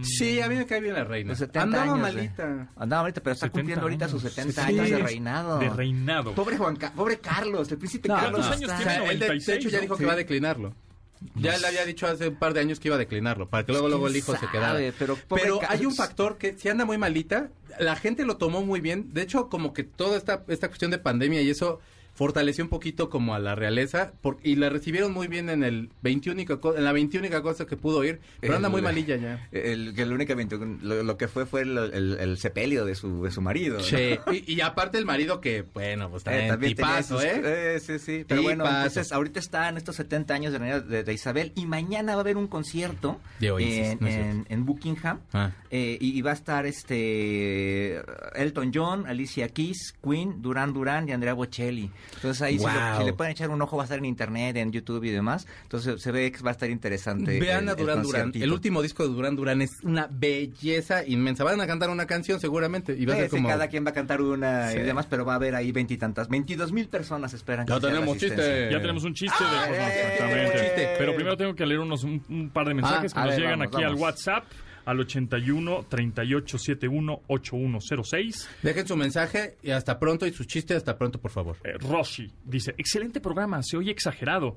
Speaker 4: Sí, a mí me cae bien la reina.
Speaker 3: Los 70
Speaker 4: Andaba
Speaker 3: Pues años,
Speaker 4: malita.
Speaker 3: eh. Andaba malita, pero está
Speaker 2: 70
Speaker 3: cumpliendo ahorita sus
Speaker 2: años.
Speaker 3: 70
Speaker 2: Sí,
Speaker 3: años de
Speaker 2: sí.
Speaker 3: reinado.
Speaker 2: De reinado.
Speaker 3: Pobre Juan, Ca- pobre Carlos, el príncipe
Speaker 4: No,
Speaker 3: Carlos.
Speaker 4: no.
Speaker 2: años
Speaker 3: está-
Speaker 4: O sea,
Speaker 2: tiene
Speaker 4: él de, de
Speaker 2: 96,
Speaker 4: hecho ya
Speaker 2: ¿no?
Speaker 4: dijo
Speaker 2: Sí.
Speaker 4: que va a declinarlo. Ya le había dicho hace un par de años que iba a declinarlo, para que luego luego el hijo se
Speaker 3: sabe,
Speaker 4: quedara.
Speaker 3: pero pobre Carlos.
Speaker 4: hay un factor que si anda muy malita, la gente lo tomó muy bien. De hecho, como que toda esta, esta cuestión de pandemia y eso fortaleció un poquito como a la realeza por- y la recibieron muy bien en el 21 co- en la 21 cosa que pudo ir, pero anda
Speaker 3: El-
Speaker 4: muy malilla ya.
Speaker 3: El, que lo únicamente lo, lo que fue fue el, el- el sepelio de su, de su marido. ¿no?
Speaker 4: Sí, y, y aparte el marido que, bueno, pues
Speaker 3: Eh,
Speaker 4: también,
Speaker 3: también tenía
Speaker 4: tipazo,
Speaker 3: sus-
Speaker 4: ¿eh?
Speaker 3: eh, Sí, sí. Pero bueno,
Speaker 4: Tipazo.
Speaker 3: entonces ahorita están estos 70 años de, reinado de, de Isabel y mañana va a haber un concierto
Speaker 4: De Oasis,
Speaker 3: en,
Speaker 4: no es cierto.
Speaker 3: en- en Buckingham.
Speaker 4: Ah.
Speaker 3: Eh, y, y va a estar este Elton John, Alicia Keys, Queen, Duran Duran y Andrea Bocelli. Entonces ahí si lo-
Speaker 4: Wow.
Speaker 3: si, le pueden echar un ojo va a estar en internet, en YouTube y demás. Entonces se ve que va a estar interesante. Este, el-
Speaker 4: Vean a
Speaker 3: el
Speaker 4: Duran Duran.
Speaker 3: conciertito.
Speaker 4: El último disco de Duran Duran es una belleza inmensa. Van a cantar una canción seguramente y va a
Speaker 3: Sí,
Speaker 4: ser
Speaker 3: sí,
Speaker 4: como...
Speaker 3: cada quien va a cantar una
Speaker 4: Sí.
Speaker 3: y demás, pero va a haber ahí veintitantas, veintidós mil personas esperan.
Speaker 4: Ya
Speaker 3: que sea la
Speaker 4: tenemos
Speaker 3: asistencia.
Speaker 4: chiste.
Speaker 2: Ya tenemos un chiste de
Speaker 3: Ah,
Speaker 2: Jorge,
Speaker 3: eh,
Speaker 2: exactamente.
Speaker 4: chiste.
Speaker 2: Pero primero tengo que leer unos, un, un par de mensajes
Speaker 4: Ah,
Speaker 2: que
Speaker 3: a
Speaker 2: nos
Speaker 3: ver,
Speaker 2: llegan
Speaker 3: vamos,
Speaker 2: aquí al
Speaker 3: vamos.
Speaker 2: WhatsApp al 81 38 71 8106.
Speaker 4: Dejen su mensaje y hasta pronto y su chiste hasta pronto, por favor.
Speaker 2: Eh, Roshi dice, excelente programa, se oye exagerado.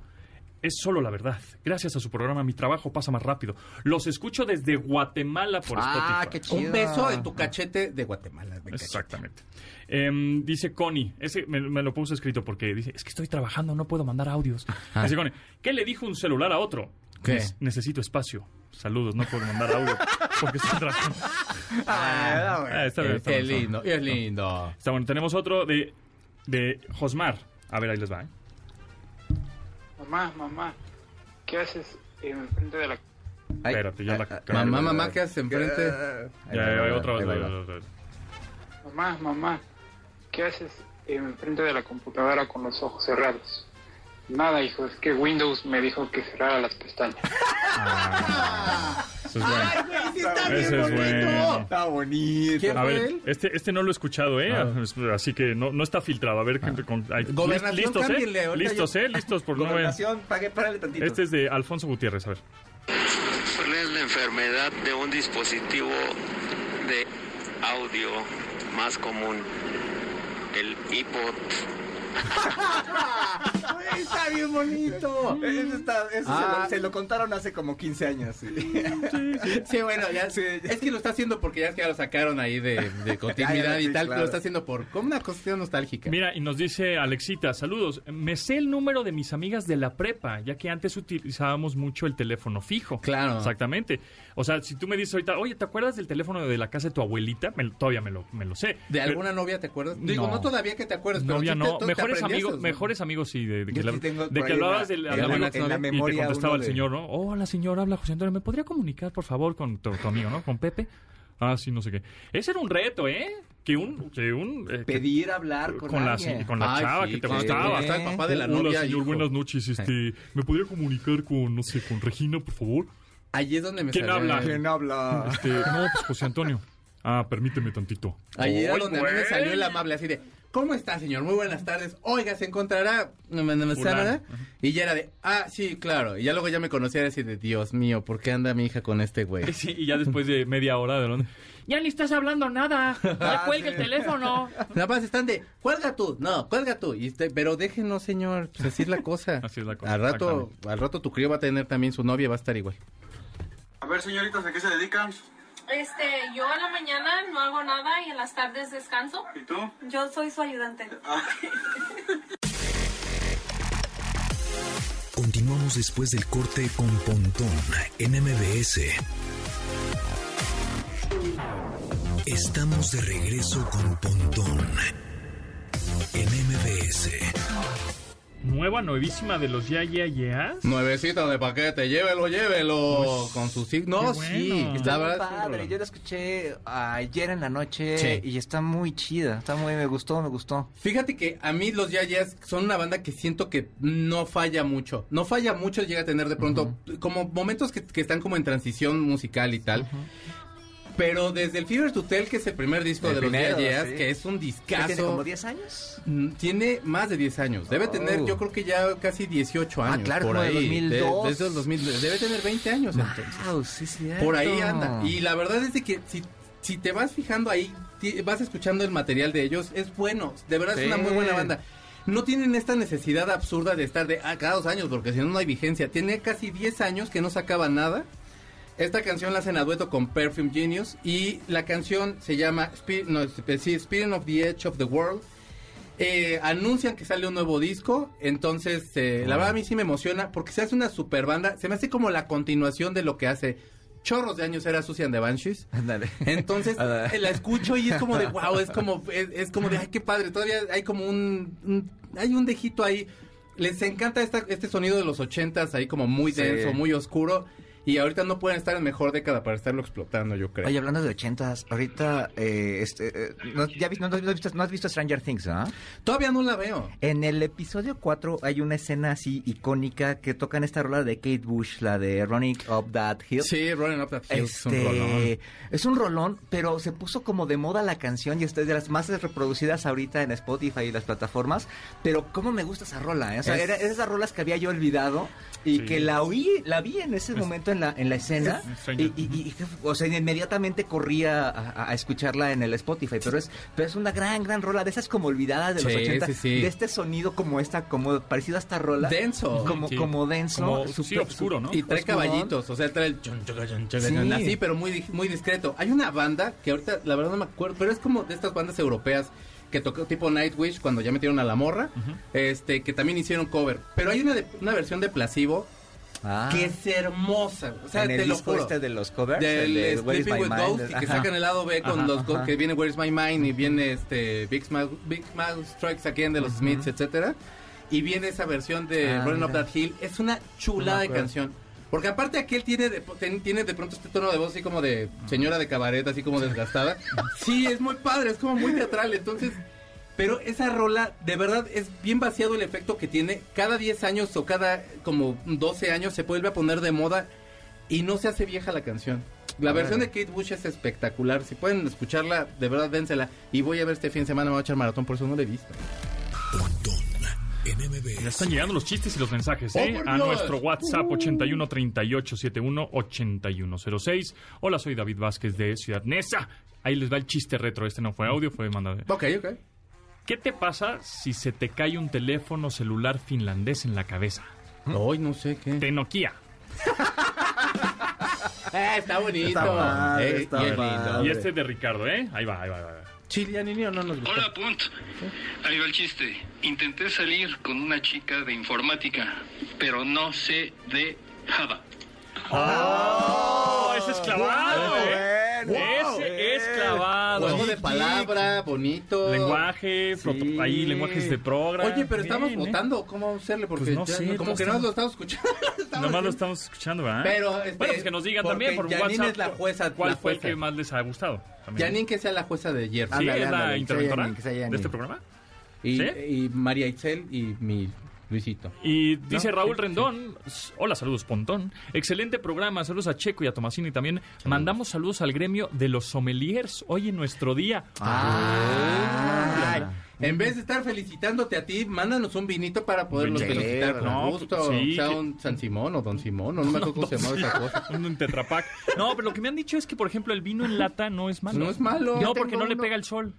Speaker 2: Es solo la verdad. Gracias a su programa mi trabajo pasa más rápido. Los escucho desde Guatemala por
Speaker 3: Ah,
Speaker 2: Spotify.
Speaker 3: qué chido.
Speaker 4: Un beso en tu cachete de Guatemala. de
Speaker 2: Exactamente. Em, dice Connie, ese me, me lo puse escrito porque dice, es que estoy trabajando, no puedo mandar audios. Dice Connie, ¿qué le dijo un celular a otro?
Speaker 4: ¿Qué?
Speaker 2: "Nes- necesito espacio. Saludos, no puedo mandar <laughs> audio porque estoy trabajando.
Speaker 3: Ah, bueno.
Speaker 2: Ah, está bien,
Speaker 4: cachete.
Speaker 2: está bien, está
Speaker 4: Qué
Speaker 2: bien.
Speaker 4: lindo, qué lindo.
Speaker 2: Está bueno, tenemos otro de, de Josmar. A ver, ahí les va. ¿eh?
Speaker 6: Mamá, mamá, ¿qué haces enfrente de la
Speaker 3: Ay,
Speaker 2: Espérate, ya la-
Speaker 4: Mamá, mamá, ¿qué haces enfrente?
Speaker 3: Ahí
Speaker 2: Ya,
Speaker 3: va,
Speaker 2: ya,
Speaker 3: ahí va,
Speaker 2: otra vez,
Speaker 3: ahí va, ahí
Speaker 2: otra
Speaker 3: va.
Speaker 2: vez, otra vez.
Speaker 6: mamá, mamá, ¿qué haces enfrente de la computadora con los ojos cerrados? Nada, hijo, es que Windows me dijo que cerrara las pestañas.
Speaker 2: Eso es bueno.
Speaker 4: Ah, Ay, güey, que está bien
Speaker 2: Ese es
Speaker 4: bonito.
Speaker 2: bueno.
Speaker 3: Está bonito.
Speaker 4: ¿Quién
Speaker 2: A
Speaker 4: fue
Speaker 2: ver,
Speaker 4: él?
Speaker 2: este, este no lo he escuchado, ¿eh? Así que no, no está filtrado. A ver, gente con, ay,
Speaker 4: Gobernación,
Speaker 2: listos,
Speaker 4: cámbienle,
Speaker 2: ¿eh?
Speaker 4: ahorita
Speaker 2: Listos,
Speaker 4: yo-
Speaker 2: ¿eh? Listos por no ver.
Speaker 3: Gobernación, pague, párale tantito.
Speaker 2: Este es de Alfonso Gutiérrez, a ver.
Speaker 7: ¿Cuál es la enfermedad de un dispositivo de audio más común? El iPod.
Speaker 4: Güey, Está bien bonito.
Speaker 2: Este
Speaker 3: Ese está- ese se,
Speaker 4: Ah.
Speaker 3: lo, se lo contaron hace como 15 años. sí.
Speaker 4: Sí, bueno, ya
Speaker 3: Sí.
Speaker 4: Es que lo está haciendo porque ya es que ya lo sacaron ahí de,
Speaker 3: <laughs>
Speaker 4: de
Speaker 3: Ah,
Speaker 4: continuidad
Speaker 3: ya,
Speaker 4: y
Speaker 3: sí,
Speaker 4: tal.
Speaker 3: claro.
Speaker 4: Lo está haciendo por como una cuestión nostálgica.
Speaker 2: Mira, y nos dice Alexita, saludos. Me sé el número de mis amigas de la prepa, ya que antes utilizábamos mucho el teléfono fijo.
Speaker 4: Claro.
Speaker 2: Exactamente. O sea, si tú me dices ahorita, oye, ¿te acuerdas del teléfono de la casa de tu abuelita? Me lo- todavía me lo, me lo sé.
Speaker 4: ¿De
Speaker 2: Pero-
Speaker 4: alguna novia te acuerdas? Digo,
Speaker 2: No.
Speaker 4: no, todavía que te acuerdes, pero
Speaker 2: Novia
Speaker 4: sí te-
Speaker 2: no,
Speaker 4: tú te
Speaker 2: mejores
Speaker 4: aprendías
Speaker 2: amigos,
Speaker 4: esos, ¿no?
Speaker 2: mejor es amigos sí, de, de que,
Speaker 3: Yo
Speaker 2: la-
Speaker 3: sí tengo
Speaker 2: de
Speaker 3: por
Speaker 2: que
Speaker 3: ahí
Speaker 2: hablabas
Speaker 3: la-
Speaker 2: del
Speaker 3: en la
Speaker 2: amigo
Speaker 3: mem- en la
Speaker 2: y te
Speaker 3: memoria
Speaker 2: contestaba
Speaker 3: uno
Speaker 2: el
Speaker 3: de-
Speaker 2: señor, ¿no? Hola señor, habla José Antonio, ¿me podría comunicar por favor con tu, tu amigo, ¿no? Con Pepe. Ah, sí, no sé qué. Ese era un reto, ¿eh? Que un, que un eh, que-
Speaker 3: Pedir hablar con,
Speaker 2: con la,
Speaker 3: alguien.
Speaker 2: con la
Speaker 4: Ay,
Speaker 2: chava
Speaker 4: sí,
Speaker 2: que te
Speaker 4: claro.
Speaker 2: gustaba.
Speaker 4: Está el papá de la
Speaker 2: Hola,
Speaker 4: novia.
Speaker 2: señor,
Speaker 4: hijo.
Speaker 2: buenas noches. Este, ¿Me podría comunicar con, no sé, con Regina, por favor?
Speaker 4: Ahí es donde me
Speaker 2: ¿Quién
Speaker 4: salió
Speaker 2: habla?
Speaker 4: el-
Speaker 3: ¿Quién habla?
Speaker 2: Este, no, pues José Antonio. Ah, permíteme tantito.
Speaker 4: Ahí era
Speaker 2: Ay,
Speaker 4: donde a mí me
Speaker 2: güey.
Speaker 4: salió el amable, así de, ¿cómo está, señor? Muy buenas tardes. Oiga, ¿se encontrará? no me- no me
Speaker 2: Fulano.
Speaker 4: sabe, ¿verdad? Y ya era de, ah, sí, claro. Y ya luego ya me conocía así de, Dios mío, ¿por qué anda mi hija con este
Speaker 2: <laughs>
Speaker 4: güey?
Speaker 2: Sí, y ya después de media hora de dónde. Ya ni estás hablando nada. Ya
Speaker 3: Ah,
Speaker 2: cuelga
Speaker 3: sí.
Speaker 2: el
Speaker 4: <laughs>
Speaker 2: teléfono.
Speaker 4: Nada más están de, cuelga tú, no, cuelga tú. Y este, pero déjenos, señor, pues así es la cosa.
Speaker 2: <laughs> Así es la cosa,
Speaker 4: Al rato, al rato tu crío va a tener también su novia y va a estar igual.
Speaker 8: A ver, señoritas, ¿a qué se dedican?
Speaker 9: Este, yo en la mañana no hago nada y en las tardes descanso.
Speaker 8: ¿Y tú?
Speaker 9: Yo soy su ayudante.
Speaker 1: Continuamos después del corte con Pontón en MBS. Estamos de regreso con Pontón en MBS.
Speaker 2: Nueva, nuevísima de los ya, ya, ya.
Speaker 4: Nuevecito de paquete, llévelo, llévelo. con sus signos.
Speaker 2: qué
Speaker 4: sí,
Speaker 2: bueno.
Speaker 4: la verdad. es un
Speaker 3: Padre,
Speaker 4: rolón.
Speaker 3: yo la escuché ayer en la noche
Speaker 4: Sí.
Speaker 3: y está muy chida, está muy, me gustó, me gustó.
Speaker 4: Fíjate que a mí los Yayas son una banda que siento que no falla mucho. No falla mucho, llega a tener de pronto como momentos que, que están como en transición musical y tal. Pero desde el Fever to Tell, que es el primer disco
Speaker 3: El
Speaker 4: de
Speaker 3: primero,
Speaker 4: los Yayas,
Speaker 3: sí.
Speaker 4: que es un
Speaker 3: ¿Qué
Speaker 4: discazo.
Speaker 3: ¿Tiene como 10 años?
Speaker 4: Mm, Tiene más de 10 años. Debe
Speaker 3: Oh. Ah,
Speaker 4: tener, yo creo que ya casi 18 años.
Speaker 3: claro,
Speaker 4: por
Speaker 3: como de
Speaker 4: ahí.
Speaker 3: 2002.
Speaker 4: desde el 2000. Debe tener 20 años entonces.
Speaker 3: Wow, sí, sí.
Speaker 4: Por ahí anda. Y la verdad es de que si, si te vas fijando ahí, ti- vas escuchando el material de ellos, es bueno. De verdad
Speaker 3: Sí.
Speaker 4: es una muy buena banda. No tienen esta necesidad absurda de estar de ah, cada dos años, porque si no, no hay vigencia. Tiene casi 10 años que no sacaba nada. Esta canción la hacen a dueto con Perfume Genius y la canción se llama Spirit, no, eh, sí, Spirit of the Edge of the World. Eh, anuncian que sale un nuevo disco, entonces eh, la verdad a mí sí me emociona porque se hace una super banda, se me hace como la continuación de lo que hace chorros de años era Susan de Banshees.
Speaker 3: Ándale.
Speaker 4: <laughs> Entonces
Speaker 3: <laughs> Ah.
Speaker 4: eh, la escucho y es
Speaker 3: <laughs>
Speaker 4: como de wow, es como es, es como de ay qué padre, todavía hay como un, un- hay un dejito ahí. Les encanta esta- este sonido de los ochentas ahí como muy
Speaker 3: Sí.
Speaker 4: denso, muy oscuro y ahorita no pueden estar en mejor década para estarlo explotando, yo creo.
Speaker 3: Oye, hablando de ochentas, ahorita, eh, este, eh, no, ya vis- no- no- no has visto, no has visto Stranger Things, ¿ah?
Speaker 4: Todavía no la veo.
Speaker 3: En el episodio 4 hay una escena así icónica que tocan esta rola de Kate Bush, la de Running Up That Hill.
Speaker 4: Sí, Running Up That Hill es un rolón.
Speaker 3: Este, es un rolón, pero se puso como de moda la canción y es de las más reproducidas ahorita en Spotify y las plataformas. Pero cómo me gusta esa rola, ¿eh? O sea,
Speaker 4: Es-
Speaker 3: era- era esas rolas que había yo olvidado y
Speaker 2: Sí.
Speaker 3: que la oí, la vi en ese momento en la, en la escena.
Speaker 2: es extraño.
Speaker 3: Y, y- y- y que- o sea, inmediatamente corría a, a- a escucharla en el Spotify. Pero es, pero es una gran, gran rola de esas como olvidadas de los
Speaker 4: Sí,
Speaker 3: 80,
Speaker 4: sí, sí.
Speaker 3: de este sonido como esta, como parecido a esta rola.
Speaker 4: Denso.
Speaker 3: Como,
Speaker 2: Sí.
Speaker 3: como denso.
Speaker 2: Como, sí,
Speaker 3: súper-
Speaker 2: oscuro, ¿no?
Speaker 4: Y trae
Speaker 3: Oscurón.
Speaker 4: caballitos, o sea, trae el chon, choca, chon, choca,
Speaker 3: Sí.
Speaker 4: chon, así, pero muy, di- muy discreto. Hay una banda que ahorita, la verdad no me acuerdo, pero es como de estas bandas europeas que tocó tipo Nightwish cuando ya metieron a la morra, este, que también hicieron cover. Pero hay una, de- una versión de Placebo
Speaker 3: Ah.
Speaker 4: que es hermosa, o sea,
Speaker 3: en el
Speaker 4: te lo
Speaker 3: disco
Speaker 4: juro.
Speaker 3: este de los covers,
Speaker 4: del
Speaker 3: el de Where is
Speaker 4: Sleeping
Speaker 3: My
Speaker 4: with
Speaker 3: Mind,
Speaker 4: Ghosts y que
Speaker 3: ajá.
Speaker 4: sacan el lado B con
Speaker 3: Ajá,
Speaker 4: los Ghosts,
Speaker 3: ajá.
Speaker 4: que viene Where's My Mind y viene este Big Mouth, Big Mouth Strikes Again de los Smiths, etcétera. Y viene esa versión de
Speaker 3: Ah,
Speaker 4: Running Up
Speaker 3: mira.
Speaker 4: That Hill. Es una chulada de
Speaker 3: acuerdo.
Speaker 4: canción. Porque aparte aquel tiene de, ten- tiene de pronto este tono de voz así como de señora de cabaret, así como desgastada. Sí, es muy padre, es como muy teatral. Entonces, pero esa rola, de verdad, es bien vaciado el efecto que tiene. Cada 10 años o cada como 12 años se vuelve a poner de moda y no se hace vieja la canción. La versión de Kate Bush es espectacular. Si pueden escucharla, de verdad dénsela. Y voy a ver este fin de semana, me voy a echar maratón, por eso no la he visto.
Speaker 1: Pontón en
Speaker 2: Ya
Speaker 1: MBS.
Speaker 2: Eh, están llegando los chistes y los mensajes, ¿eh?
Speaker 4: ¡Oh, por
Speaker 2: a
Speaker 4: Dios!
Speaker 2: nuestro WhatsApp 81 38 71 8106. Hola, soy David Vázquez de Ciudad Neza. Ahí les va el chiste retro. Este no fue audio, fue mandado.
Speaker 4: Ok, ok.
Speaker 2: ¿Qué te pasa si se te cae un teléfono celular finlandés en la cabeza?
Speaker 4: Hoy no sé qué.
Speaker 2: De Nokia.
Speaker 4: Ah, está bonito.
Speaker 3: Está padre,
Speaker 4: Eh,
Speaker 3: está
Speaker 4: bien
Speaker 3: padre.
Speaker 4: lindo.
Speaker 2: Y
Speaker 3: Hombre.
Speaker 2: este de Ricardo, ¿eh? Ahí va, ahí va, ahí va.
Speaker 4: Chilianino no nos gusta.
Speaker 7: Hola, Punt. Ahí va el chiste. Intenté salir con una chica de informática, pero no sé de Java.
Speaker 2: ¡Oh, ese es clavado!
Speaker 3: Bueno,
Speaker 2: ¿eh?
Speaker 3: bueno,
Speaker 2: ese es clavado.
Speaker 4: Juego de palabra, bonito.
Speaker 2: Lenguaje, proto- ahí lenguajes de programa.
Speaker 4: Oye, pero estamos
Speaker 2: Bien, ¿eh?
Speaker 4: votando. ¿Cómo vamos a hacerle? Porque
Speaker 2: Pues no
Speaker 4: ya
Speaker 2: sé,
Speaker 4: no- como
Speaker 2: todos
Speaker 4: que no
Speaker 2: estamos-
Speaker 4: lo estamos escuchando. <laughs>
Speaker 2: Nomás lo
Speaker 4: Estamos haciendo-
Speaker 2: estamos escuchando, ¿verdad?
Speaker 4: Pero, este,
Speaker 2: bueno, pues que nos digan
Speaker 4: porque
Speaker 2: también por
Speaker 4: Janine
Speaker 2: WhatsApp
Speaker 4: es la jueza-
Speaker 2: cuál
Speaker 4: la
Speaker 2: fue el
Speaker 4: jueza.
Speaker 2: que más les ha gustado. también.
Speaker 4: Janine, que sea la jueza de hierro.
Speaker 2: Sí, es
Speaker 3: Ándale,
Speaker 2: la
Speaker 3: ándale, que sea
Speaker 2: interventora
Speaker 3: Janine, que sea Janine.
Speaker 2: de este programa.
Speaker 4: Y,
Speaker 2: ¿Sí?
Speaker 4: y María Itzel y mi Luisito.
Speaker 2: Y dice
Speaker 4: ¿No?
Speaker 2: Raúl
Speaker 4: Sí,
Speaker 2: Rendón, s- hola, saludos Pontón, excelente programa, saludos a Checo y a Tomasini y también mandamos saludos al gremio de los sommeliers hoy en nuestro día.
Speaker 4: Ah. Ay, En vez de estar felicitándote a ti, mándanos un vinito para poderlos
Speaker 3: Sí,
Speaker 4: felicitar con
Speaker 2: no, pues,
Speaker 4: gusto.
Speaker 2: sí,
Speaker 4: o sea,
Speaker 2: que-
Speaker 4: un San Simón o Don Simón, o no me
Speaker 2: <laughs>
Speaker 4: acuerdo cómo se llamaba esa cosa.
Speaker 2: Un tetrapac. No, pero lo que me han dicho es que, por ejemplo, el vino en lata no es malo.
Speaker 4: No es malo.
Speaker 2: No,
Speaker 4: Yo
Speaker 2: porque
Speaker 4: tengo
Speaker 2: no le
Speaker 4: uno.
Speaker 2: pega el sol.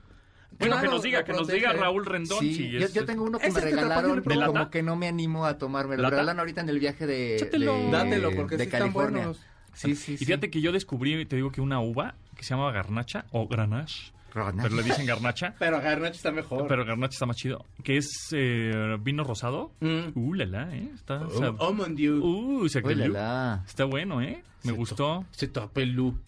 Speaker 2: Bueno,
Speaker 4: Claro,
Speaker 2: que nos diga,
Speaker 4: lo
Speaker 2: que nos
Speaker 4: protege.
Speaker 2: diga Raúl Rendón.
Speaker 3: Sí,
Speaker 2: si
Speaker 3: yo,
Speaker 2: es-
Speaker 3: yo tengo uno que
Speaker 4: ¿Ese
Speaker 3: me
Speaker 4: es el que te
Speaker 3: regalaron,
Speaker 4: apaga el
Speaker 2: ¿De
Speaker 3: pero como
Speaker 2: lata?
Speaker 3: que no me animo a tomarme. Lo
Speaker 2: ¿Lata?
Speaker 3: regalan ahorita en el viaje de,
Speaker 2: Échatelo.
Speaker 3: de-
Speaker 4: Dátelo, porque
Speaker 3: de
Speaker 4: sí están
Speaker 3: California.
Speaker 4: buenos.
Speaker 3: Sí, sí,
Speaker 2: y
Speaker 3: sí.
Speaker 2: fíjate que yo descubrí, te digo que una uva que se llama garnacha o granache,
Speaker 3: Rona.
Speaker 2: pero le dicen garnacha,
Speaker 4: Pero Garnacho está mejor.
Speaker 2: pero garnacha está más chido, que es eh, vino rosado.
Speaker 4: Mm.
Speaker 2: Uh, la la, ¿eh? Está, o sea,
Speaker 4: Oh, oh, mon Dieu.
Speaker 2: uh, se
Speaker 3: Uy, la,
Speaker 2: creyó.
Speaker 3: la.
Speaker 2: Está bueno, ¿eh? Me gustó.
Speaker 4: Se tapelú.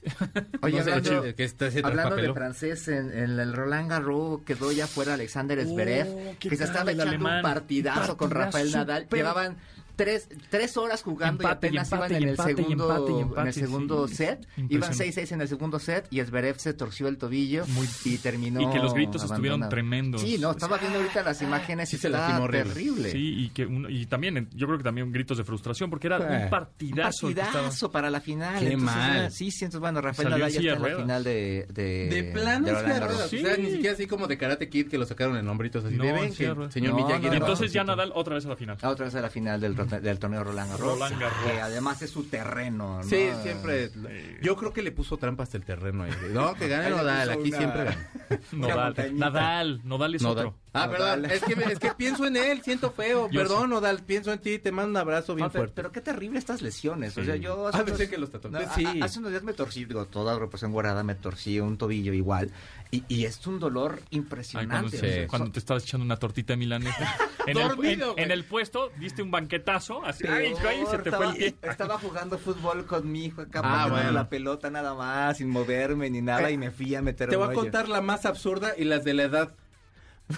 Speaker 3: Oye,
Speaker 4: No sé,
Speaker 3: hablando-
Speaker 4: che, que está- se
Speaker 3: Hablando de
Speaker 4: tapapeló.
Speaker 3: francés, en, en el Roland Garros quedó ya fuera Alexander
Speaker 2: Oh,
Speaker 3: Zverev,
Speaker 2: ¿qué
Speaker 3: que se
Speaker 2: tal
Speaker 3: estaba
Speaker 2: el
Speaker 3: echando
Speaker 2: alemán?
Speaker 3: un partidazo, con
Speaker 2: Partidazo,
Speaker 3: Rafael Nadal.
Speaker 2: súper.
Speaker 3: Llevaban tres, tres horas jugando
Speaker 2: Empate,
Speaker 3: y apenas
Speaker 2: y empate,
Speaker 3: iban
Speaker 2: y
Speaker 3: en el
Speaker 2: empate, y
Speaker 3: segundo,
Speaker 2: empate, y empate,
Speaker 3: en el segundo
Speaker 2: sí.
Speaker 3: set. Iban
Speaker 2: Impresionante.
Speaker 3: 6-6 en el segundo set y Zverev se torció el tobillo
Speaker 2: Muy-
Speaker 3: y terminó
Speaker 2: y que los gritos estuvieron
Speaker 3: abandonado.
Speaker 2: tremendos.
Speaker 3: Sí, no, estaba viendo ahorita las imágenes
Speaker 4: Sí,
Speaker 3: y
Speaker 4: se
Speaker 3: está
Speaker 4: lastimó horrible.
Speaker 3: terrible.
Speaker 2: Sí, y que uno- y también eh, yo creo que también gritos de frustración porque era
Speaker 4: Eh.
Speaker 2: un
Speaker 3: Un
Speaker 2: partidazo. el que estaba.
Speaker 3: partidazo para la final.
Speaker 4: Qué
Speaker 3: entonces,
Speaker 4: mal.
Speaker 3: era- Sí, sí, entonces, bueno, Rafael
Speaker 2: Salió en
Speaker 3: Nadal ya
Speaker 2: silla
Speaker 3: está en
Speaker 2: de
Speaker 3: la
Speaker 2: ruedas.
Speaker 3: final de... De,
Speaker 4: De plano
Speaker 3: de
Speaker 4: es
Speaker 3: Roland
Speaker 4: de
Speaker 3: Garros.
Speaker 4: ruedas,
Speaker 2: Sí.
Speaker 4: O sea, ni siquiera así como de Karate Kid que lo sacaron en hombritos así
Speaker 2: No,
Speaker 4: de
Speaker 2: en silla
Speaker 4: ven,
Speaker 2: de
Speaker 4: que
Speaker 2: ruedas.
Speaker 4: señor
Speaker 3: No,
Speaker 4: Miyagi.
Speaker 3: no,
Speaker 2: Y
Speaker 4: era
Speaker 3: no.
Speaker 2: entonces ya
Speaker 4: mejorcito.
Speaker 2: Nadal otra vez a la final.
Speaker 3: Ah, Otra vez a la final del, torne- del torneo Roland Garros.
Speaker 2: Roland Garros.
Speaker 3: Que además es su terreno, ¿no?
Speaker 4: Sí, siempre. Yo creo que le puso trampas el terreno ahí. No, que gane
Speaker 3: Ahí le
Speaker 4: Nadal,
Speaker 3: puso
Speaker 4: aquí
Speaker 3: una-
Speaker 4: siempre gana.
Speaker 2: Nodal, Nadal, Nodal <laughs> es
Speaker 4: Nodal.
Speaker 2: otro.
Speaker 4: Ah, perdón,
Speaker 3: Nodal.
Speaker 4: es que, me- es que pienso en él, siento feo.
Speaker 2: <laughs> Yo
Speaker 4: perdón, Nodal, pienso en ti, te mando un abrazo bien
Speaker 3: No, pero,
Speaker 4: fuerte.
Speaker 3: pero qué terrible estas lesiones. O sea,
Speaker 2: Sí.
Speaker 3: yo.
Speaker 4: Ah, pensé que los tatuajes.
Speaker 3: No,
Speaker 4: Sí.
Speaker 3: a- hace unos días me torcí, digo, toda represión guardada, me torcí un tobillo igual. Y, y es un dolor
Speaker 2: Ay, cuando,
Speaker 3: impresionante.
Speaker 4: sí.
Speaker 3: o sea,
Speaker 2: cuando
Speaker 3: son-
Speaker 2: te estabas echando una tortita de
Speaker 4: <laughs>
Speaker 2: milanesa. En, el-
Speaker 4: Dormido,
Speaker 2: en-
Speaker 4: güey.
Speaker 2: en el puesto diste un banquetazo, así,
Speaker 3: Peor,
Speaker 2: ay, güey, se te fue el
Speaker 3: estaba,
Speaker 2: pie.
Speaker 3: estaba jugando fútbol con mi hijo acá,
Speaker 4: Ah,
Speaker 3: pateando
Speaker 4: bueno.
Speaker 3: la pelota nada más, sin moverme ni nada, y me fui a meter
Speaker 4: Eh, Te
Speaker 3: un
Speaker 4: voy a
Speaker 3: hoyo.
Speaker 4: contar la más absurda y las de la
Speaker 3: <laughs>
Speaker 4: edad.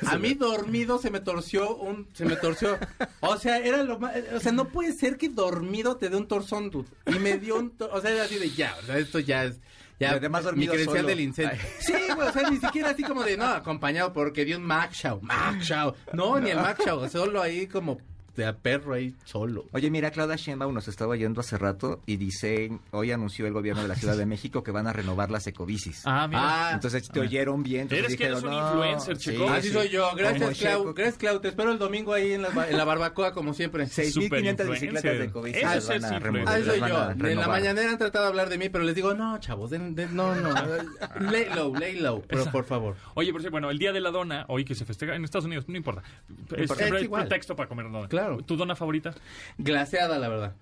Speaker 4: A mí dormido se me torció un se me torció. O sea, era lo más, o sea, no puede ser que dormido te dé un torzón, dude. Y me dio un, tor- o sea, era así de ya, o sea, esto ya es ya
Speaker 3: Y además dormido
Speaker 4: mi credencial
Speaker 3: solo.
Speaker 4: del incendio. Sí, güey, o sea, ni siquiera así como de no, acompañado porque dio un Mac Show, Mac Show. No, ni el Mac Show, solo ahí como de a perro ahí solo.
Speaker 3: Oye, mira, Claudia Sheinbaum nos estaba yendo hace rato y dice, hoy anunció el gobierno de la
Speaker 2: <laughs>
Speaker 3: Ciudad de México que van a renovar las ecobicis.
Speaker 2: Ah, mira.
Speaker 4: Ah,
Speaker 3: Entonces te oyeron bien. entonces
Speaker 2: Eres que eres
Speaker 3: dijeron,
Speaker 2: un influencer, chico.
Speaker 4: Así soy yo.
Speaker 3: Como
Speaker 4: Gracias, Clau.
Speaker 3: Checo.
Speaker 4: Gracias, Clau. Te espero el domingo ahí en la, ba- en la barbacoa, como siempre.
Speaker 2: Super
Speaker 3: 6.500 bicicletas de
Speaker 2: influencer.
Speaker 3: COVID.
Speaker 2: Eso
Speaker 3: las
Speaker 2: es
Speaker 3: van a
Speaker 2: influencer.
Speaker 3: remover,
Speaker 4: Ahí
Speaker 3: las
Speaker 4: soy
Speaker 3: van
Speaker 4: yo.
Speaker 3: a
Speaker 4: En la
Speaker 3: renovar.
Speaker 4: mañana han tratado de hablar de mí, pero les digo, no, chavos, den- den-
Speaker 2: <laughs>
Speaker 4: no, no. lay low, lay low, pero por favor.
Speaker 2: Oye, por cierto, bueno, el Día de la Dona, hoy que se festeja en Estados Unidos, no importa. Es,
Speaker 4: importa.
Speaker 2: siempre
Speaker 4: Es
Speaker 2: hay
Speaker 4: igual.
Speaker 2: pretexto para comer dona.
Speaker 4: Claro.
Speaker 2: ¿Tu dona favorita?
Speaker 4: Glaseada, la verdad.